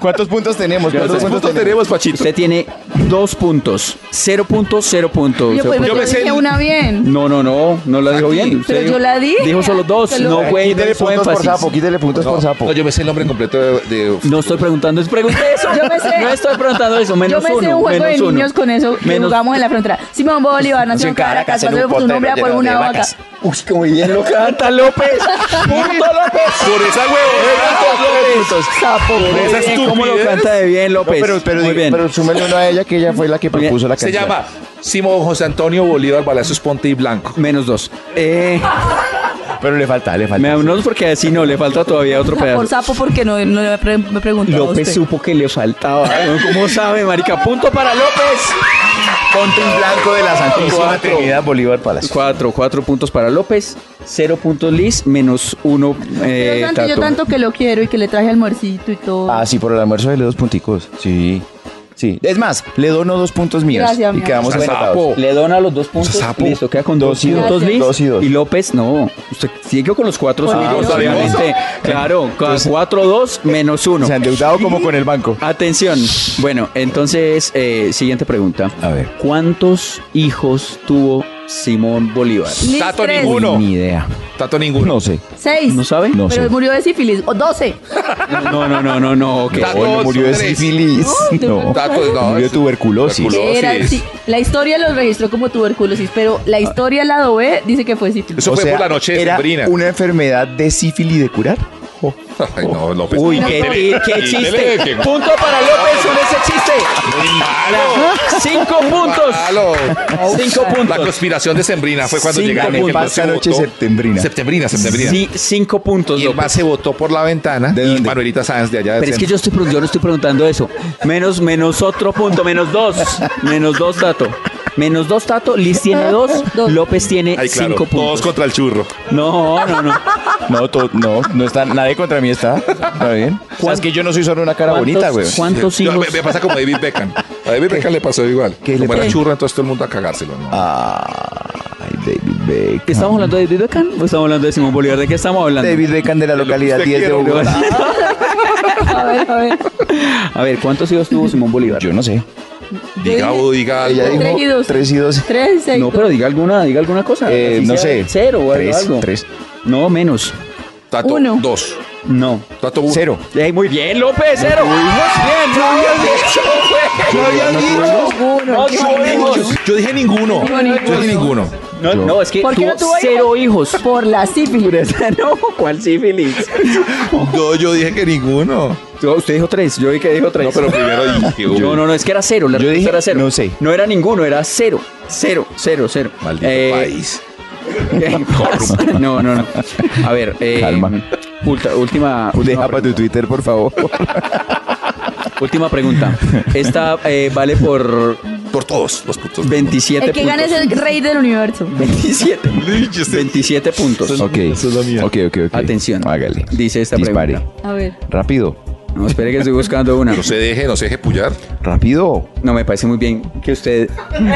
C: ¿Cuántos puntos tenemos?
E: ¿Cuántos
C: ¿Cuántos puntos
A: ¿Cuántos
C: tenemos?
A: tenemos, Pachito?
E: Usted tiene dos puntos. Cero puntos, cero puntos.
D: Yo,
E: Cero
D: pues,
E: puntos.
D: yo
A: me sé
D: dije
A: el-
D: una bien.
E: No, no, no, no la dijo bien. Usted
D: Pero
E: dijo-
D: yo la dije.
E: Dijo solo dos.
D: Solo-
E: No, güey, no
C: Quítele
E: hizo
C: puntos por
E: énfasis.
C: sapo. Quítele puntos por sapo.
A: No, yo me sé el nombre completo de. de-
E: No estoy preguntando, es pregunté eso.
D: Yo me sé-
E: No estoy preguntando eso, menos
D: Yo me sé
E: uno,
D: un juego de
E: menos uno.
D: niños con eso que
E: Menos-
D: jugamos en la frontera. Simón Bolívar nació en Caracas, pasó por su nombre a por una vaca.
E: Uy, qué muy bien lo canta López. ¡Punto López!
A: Por esa huevona.
E: Sapo, por
A: esa
E: ¿Cómo lo
A: estupidez.
E: canta de bien
C: No,
E: López?
C: pero, pero,
E: Pues,
C: diga-
E: muy bien.
C: pero súmele uno a ella que ella fue la que
E: Muy bien.
C: propuso la
A: Se
C: canción.
A: llama Simón José Antonio Bolívar Balazos Ponte y Blanco.
E: Menos dos. Eh,
C: Pero le falta, le
E: me
C: falta.
E: da un dos porque así no, le falta todavía otro pedazo.
D: Por sapo, porque no, no le pre- me preguntaba a
E: López
D: usted.
E: supo que le faltaba. ¿Cómo sabe, marica? Punto para López.
C: Ponte en blanco de la Santísima
E: Cuatro.
C: Trinidad Bolívar Palacio.
E: Cuatro, cuatro puntos para López, cero puntos Liz, menos uno.
D: Pero
E: eh,
D: tanto, yo
E: Tato.
D: tanto que lo quiero y que le traje almuercito y todo.
C: Ah, sí, por el almuerzo de dos punticos. Sí. Sí. Es más, le dono dos puntos míos.
D: Gracias, mi
C: y
D: amor.
C: quedamos
A: Sapo.
C: empatados.
E: Le dona los dos puntos.
A: Sapo.
E: Listo, queda con dos,
C: Dos y dos.
E: puntos Liz.
D: Gracias.
C: Dos y dos.
E: López, no. Usted siguió con los cuatro.
D: Con
E: sí,
D: el dos.
E: obviamente. Claro, con cuatro, dos, menos uno.
C: Se ha endeudado como con el banco.
E: Ah. Atención. Bueno, entonces, eh, siguiente pregunta.
C: A ver.
E: ¿Cuántos hijos tuvo Simón Bolívar?
D: Liz,
A: Tato
D: tres.
A: ninguno. Uno.
C: Ni idea.
A: Tato ninguno.
C: No sé.
D: Seis.
E: ¿No sabe?
C: No
D: Pero
C: sé.
D: murió de sífilis. O doce.
E: No, no, no, no, no. ok.
A: Tato,
C: Oh, no murió de
A: son tres.
C: sífilis.
D: No,
C: No.
A: Tato, no.
C: Murió de
A: es-
C: tuberculosis.
A: Tuberculosis.
D: Era, sí, la historia los registró como tuberculosis, pero la historia, la lado B, dice que fue sífilis.
A: Eso fue por la noche de
C: ¿Era
A: sembrina.
C: una enfermedad de sífilis de curar?
A: ojo. Ay, no, López.
E: Uy,
A: No,
E: qué,
A: tele-
E: ti- qué
A: y
E: chiste.
A: tele- que-
E: Punto para López con ese chiste.
A: Malo,
E: Cinco puntos.
A: malo.
E: Cinco
A: La
E: puntos.
A: conspiración de Sembrina fue cuando
E: Cinco
A: llegaron. y
E: puntos.
A: el man
C: Pasa noche septembrina.
A: Septembrina, septembrina.
E: Sí, cinco puntos,
A: Y el
E: López.
A: man se votó por la ventana.
C: ¿De
A: y
C: dónde?
A: Manuelita Sáenz de allá de
E: Pero es que yo, estoy, pregun- yo no estoy preguntando eso. Menos, menos otro punto, menos dos. Menos dos, Tato. Menos dos, Tato. Liz tiene dos.
D: Dos.
E: López tiene
A: claro,
E: cinco
A: todos
E: puntos.
A: contra el churro.
E: No, no, no.
C: No, to- no, no está, nadie contra mí está. Está bien. O sea, es que yo no soy solo una cara
E: ¿Cuántos-
C: bonita, güey.
E: ¿Cuántos
A: No,
E: hijos?
A: me, me pasa como David Beckham. A David Beckham le pasó igual.
C: ¿Qué le
A: como era
C: pasó? Ah.
A: churro, entonces todo el mundo a cagárselo. ¿no?
C: Ay, David Beckham.
E: ¿Estamos hablando de David Beckham o estamos hablando de Simón Bolívar? ¿De qué estamos hablando?
C: David Beckham de la localidad
A: Te
C: 10 de
A: quiero,
C: Bogotá.
D: A ver, a ver.
E: A ver, ¿cuántos hijos tuvo Simón Bolívar?
C: Yo no sé.
A: Diga
D: Yo
A: o diga
C: Ella
A: algo.
D: Tres
C: dijo
D: y dos.
C: 3 y 2.
D: Tres, seis.
E: No, pero diga alguna, diga alguna cosa.
C: Eh,
E: Así
C: no
E: sea
C: sé.
E: Ah, Cero o
C: Tres,
E: algo.
C: tres.
E: No, menos.
A: Tato,
D: Uno.
A: dos.
E: No.
A: Tato, uno.
C: Cero.
E: Ey, muy bien, López, cero. Muy bien, no había dicho, güey. No
D: Ninguno.
E: había No tuvo hijos.
A: Yo dije ninguno.
D: Ninguno, ninguno.
A: Yo dije ninguno.
E: No, no, es que
D: ¿Por qué
E: tuvo
D: no tuvo
E: cero hijos.
D: Por la sífilis.
E: no, ¿cuál sífilis?
A: No, yo dije que ninguno.
E: Usted dijo tres, yo vi que dijo tres.
A: No, pero primero dije uno.
E: Yo no, no, es que era cero. La
C: Yo
E: respuesta
C: dije,
E: era cero.
C: no sé.
E: No era ninguno, era cero. Cero, cero, cero.
A: Maldito
E: Eh,
A: país.
E: Corrupto. No, no, no. A ver, eh,
C: Calma.
E: ultra- última,
C: Deja
E: última,
C: para tu
E: pregunta,
C: Twitter, por favor.
E: última pregunta. Esta eh, vale por
A: Por todos los putos.
E: 27
D: El que gana
E: puntos.
D: es el rey del universo.
E: 27.
A: Yo sé.
E: 27 puntos.
C: ok.
A: Esa es la mía.
C: Ok, ok, ok.
E: Atención.
C: Hágale.
E: Dice esta
C: Dispare.
E: pregunta.
D: A ver.
C: Rápido.
E: No, espere que estoy buscando una.
A: No se deje, no se deje pullar.
C: Rápido.
E: No, me parece muy bien que usted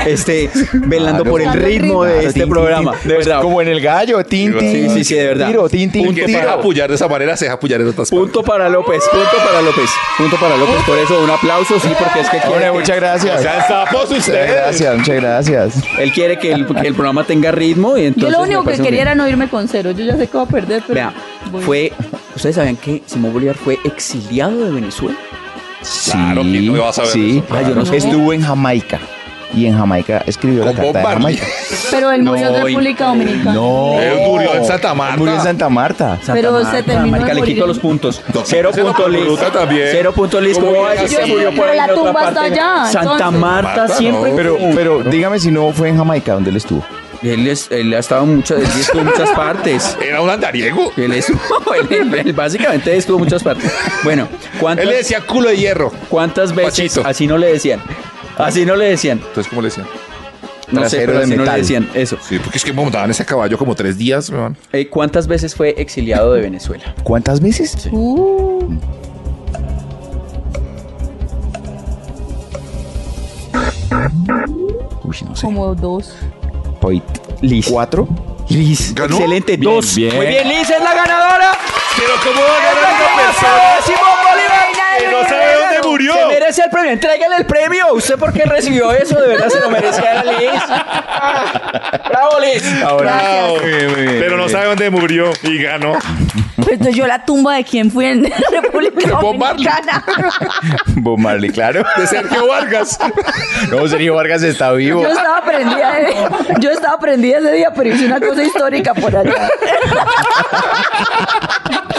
E: esté velando
C: Claro.
E: por el
D: Velando el
E: ritmo de
C: Claro,
E: este
C: tin, tin,
E: programa.
C: tin.
E: De
C: Pues
E: verdad.
C: Como en el gallo, tin,
A: Sí,
C: tin.
E: sí, sí, de verdad.
C: Tiro, tin, tin,
A: Porque se
C: tiro.
A: deja pullar de esa manera, se deja pullar en otras
E: Punto para López, punto para López, punto para López. Por eso un aplauso, sí, porque es que quiere
C: Hombre,
E: que-
C: muchas gracias.
A: estamos
C: Muchas gracias, muchas gracias.
E: él quiere que el, que el programa tenga ritmo y
D: Yo
E: entonces.
D: lo
E: me
D: único que
E: parece muy
D: quería
E: bien.
D: era no irme con cero. Yo ya sé que voy a perder, pero.
E: Vea,
D: voy.
E: fue. ¿Ustedes sabían que Simón Bolívar fue exiliado de Venezuela?
A: Claro, ¿quién no iba a saber
C: sí.
A: eso?
E: Ah, yo no sé.
C: Estuvo en Jamaica. Y en Jamaica escribió la
A: Con Bob
C: carta de
A: Marley.
C: Jamaica.
D: Pero él murió en
E: No,
D: República Dominicana.
C: No.
A: Él murió en Santa Marta.
C: Murió en Santa Marta.
E: Santa
D: Pero se terminó
E: marica,
D: de
E: le
D: morir.
E: quito los puntos. Cero
A: esa
E: puntos
A: la
E: Liz.
A: bruta también.
E: Cero puntos Liz.
A: ¿Cómo
E: ¿Cómo
A: iba a
E: va a decir
A: ser?
E: que murió
D: Pero
E: por ahí
D: la
E: en otra
D: tumba está
E: parte?
D: allá,
E: Santa
D: entonces.
E: Marta
A: Marta,
E: siempre.
A: no.
C: Pero, pero dígame si no fue en Jamaica donde él estuvo.
E: Él, es- él ha estado en muchas, él estuvo en muchas partes.
A: Era un andariego.
E: Él estuvo, él- él- él básicamente estuvo en muchas partes. Bueno, ¿cuántas,
A: Él le decía culo de hierro.
E: cuántas veces?
A: Pachito.
E: Así no le decían. Así no le decían.
A: Entonces, ¿cómo le decían?
E: No sé,
C: Trasero
E: pero
C: de
E: así no le
C: metal.
E: decían eso.
A: Sí, porque es que montaban ese caballo como tres días, weón.
E: Eh, ¿Cuántas veces fue exiliado de Venezuela?
C: ¿Cuántas veces?
D: Uh,
C: Uy, no sé.
D: como dos.
C: Poit.
E: Liz.
C: ¿Cuatro?
E: Liz.
A: ¿Ganó?
E: Excelente.
C: Bien,
E: dos.
C: bien.
E: Muy bien, Liz es la ganadora.
A: Pero como que no sabe dónde murió.
E: Se merece el premio. Entrégale el premio. ¿Usted por qué recibió eso? De verdad se lo merecía Liz. Bravo, Liz.
D: Gracias.
A: Pero no sabe dónde murió y ganó.
D: Pues entonces yo la tumba de quien fui en República
A: Bob Marley.
D: Dominicana.
C: Bob Marley, claro.
A: De Sergio Vargas.
C: No, Sergio Vargas está vivo.
D: Yo estaba prendida, eh. yo estaba prendida ese día, pero hice una cosa histórica por allá.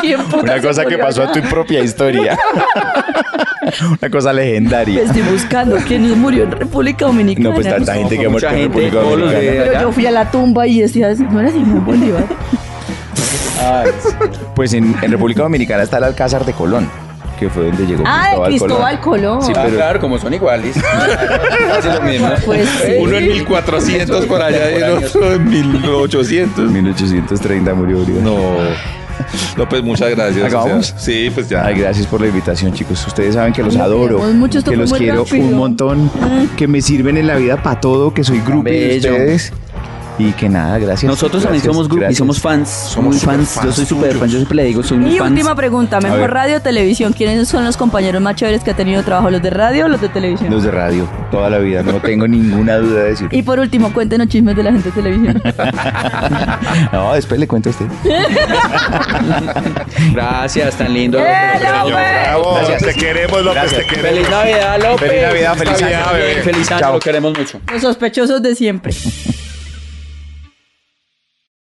D: ¿Quién puta
C: Una
D: se
C: cosa que
D: murió
C: pasó a
D: allá?
C: tu propia historia. Una cosa legendaria.
D: Estoy buscando quién murió en República Dominicana.
C: No, pues tanta gente que ha muerto
E: mucha
C: en
E: gente,
C: República
E: todos los de-
C: Dominicana.
D: Pero yo fui a la tumba y decía, no era Simón Bolívar.
E: Ah,
C: Pues en, en República Dominicana está el Alcázar de Colón, que fue donde llegó
D: Ah, de
C: Cristóbal,
D: Cristóbal Colón.
C: Sí,
E: Ah,
C: pero-
E: claro, como son iguales. Casi lo mismo.
D: Pues sí.
A: Uno en 1400 por allá y el otro en 1800.
C: Colón. 1830 murió Bolívar.
A: No. No, pues muchas gracias.
C: ¿Acabamos?
A: O sea, sí, pues ya.
C: Ay, gracias por la invitación, chicos. Ustedes saben que los
D: Nos
C: adoro,
D: queremos mucho, esto
C: que
D: fue
C: los
D: muy
C: quiero
D: rápido. Ah.
C: un montón, que me sirven en la vida para todo, que soy groupie de
E: Bello.
C: ustedes. Y que nada, gracias.
E: Nosotros también
C: gracias,
E: somos grupo y
C: gracias.
E: somos fans. Somos muy fans. Yo soy súper fan. Yo siempre le digo, soy muy
D: Y
E: fan.
D: última pregunta, mejor
C: ver.
D: radio o televisión. ¿Quiénes son los compañeros más chéveres que ha tenido trabajo? ¿Los de radio o los de televisión?
C: Los de radio, toda la vida. No tengo ninguna duda de decirlo.
D: Y por último, cuéntenos chismes de la gente de televisión.
C: No, después le cuento a usted.
E: Gracias, tan lindo.
D: ¡Eh,
A: Bravo,
C: Gracias.
A: Oh, Te queremos, López,
C: Gracias.
A: te queremos.
E: Feliz Navidad, López.
C: Feliz Navidad, feliz
A: Navidad,
E: Bien,
A: bebé.
E: Feliz año,
C: Chao.
E: lo queremos mucho.
D: Los sospechosos de siempre.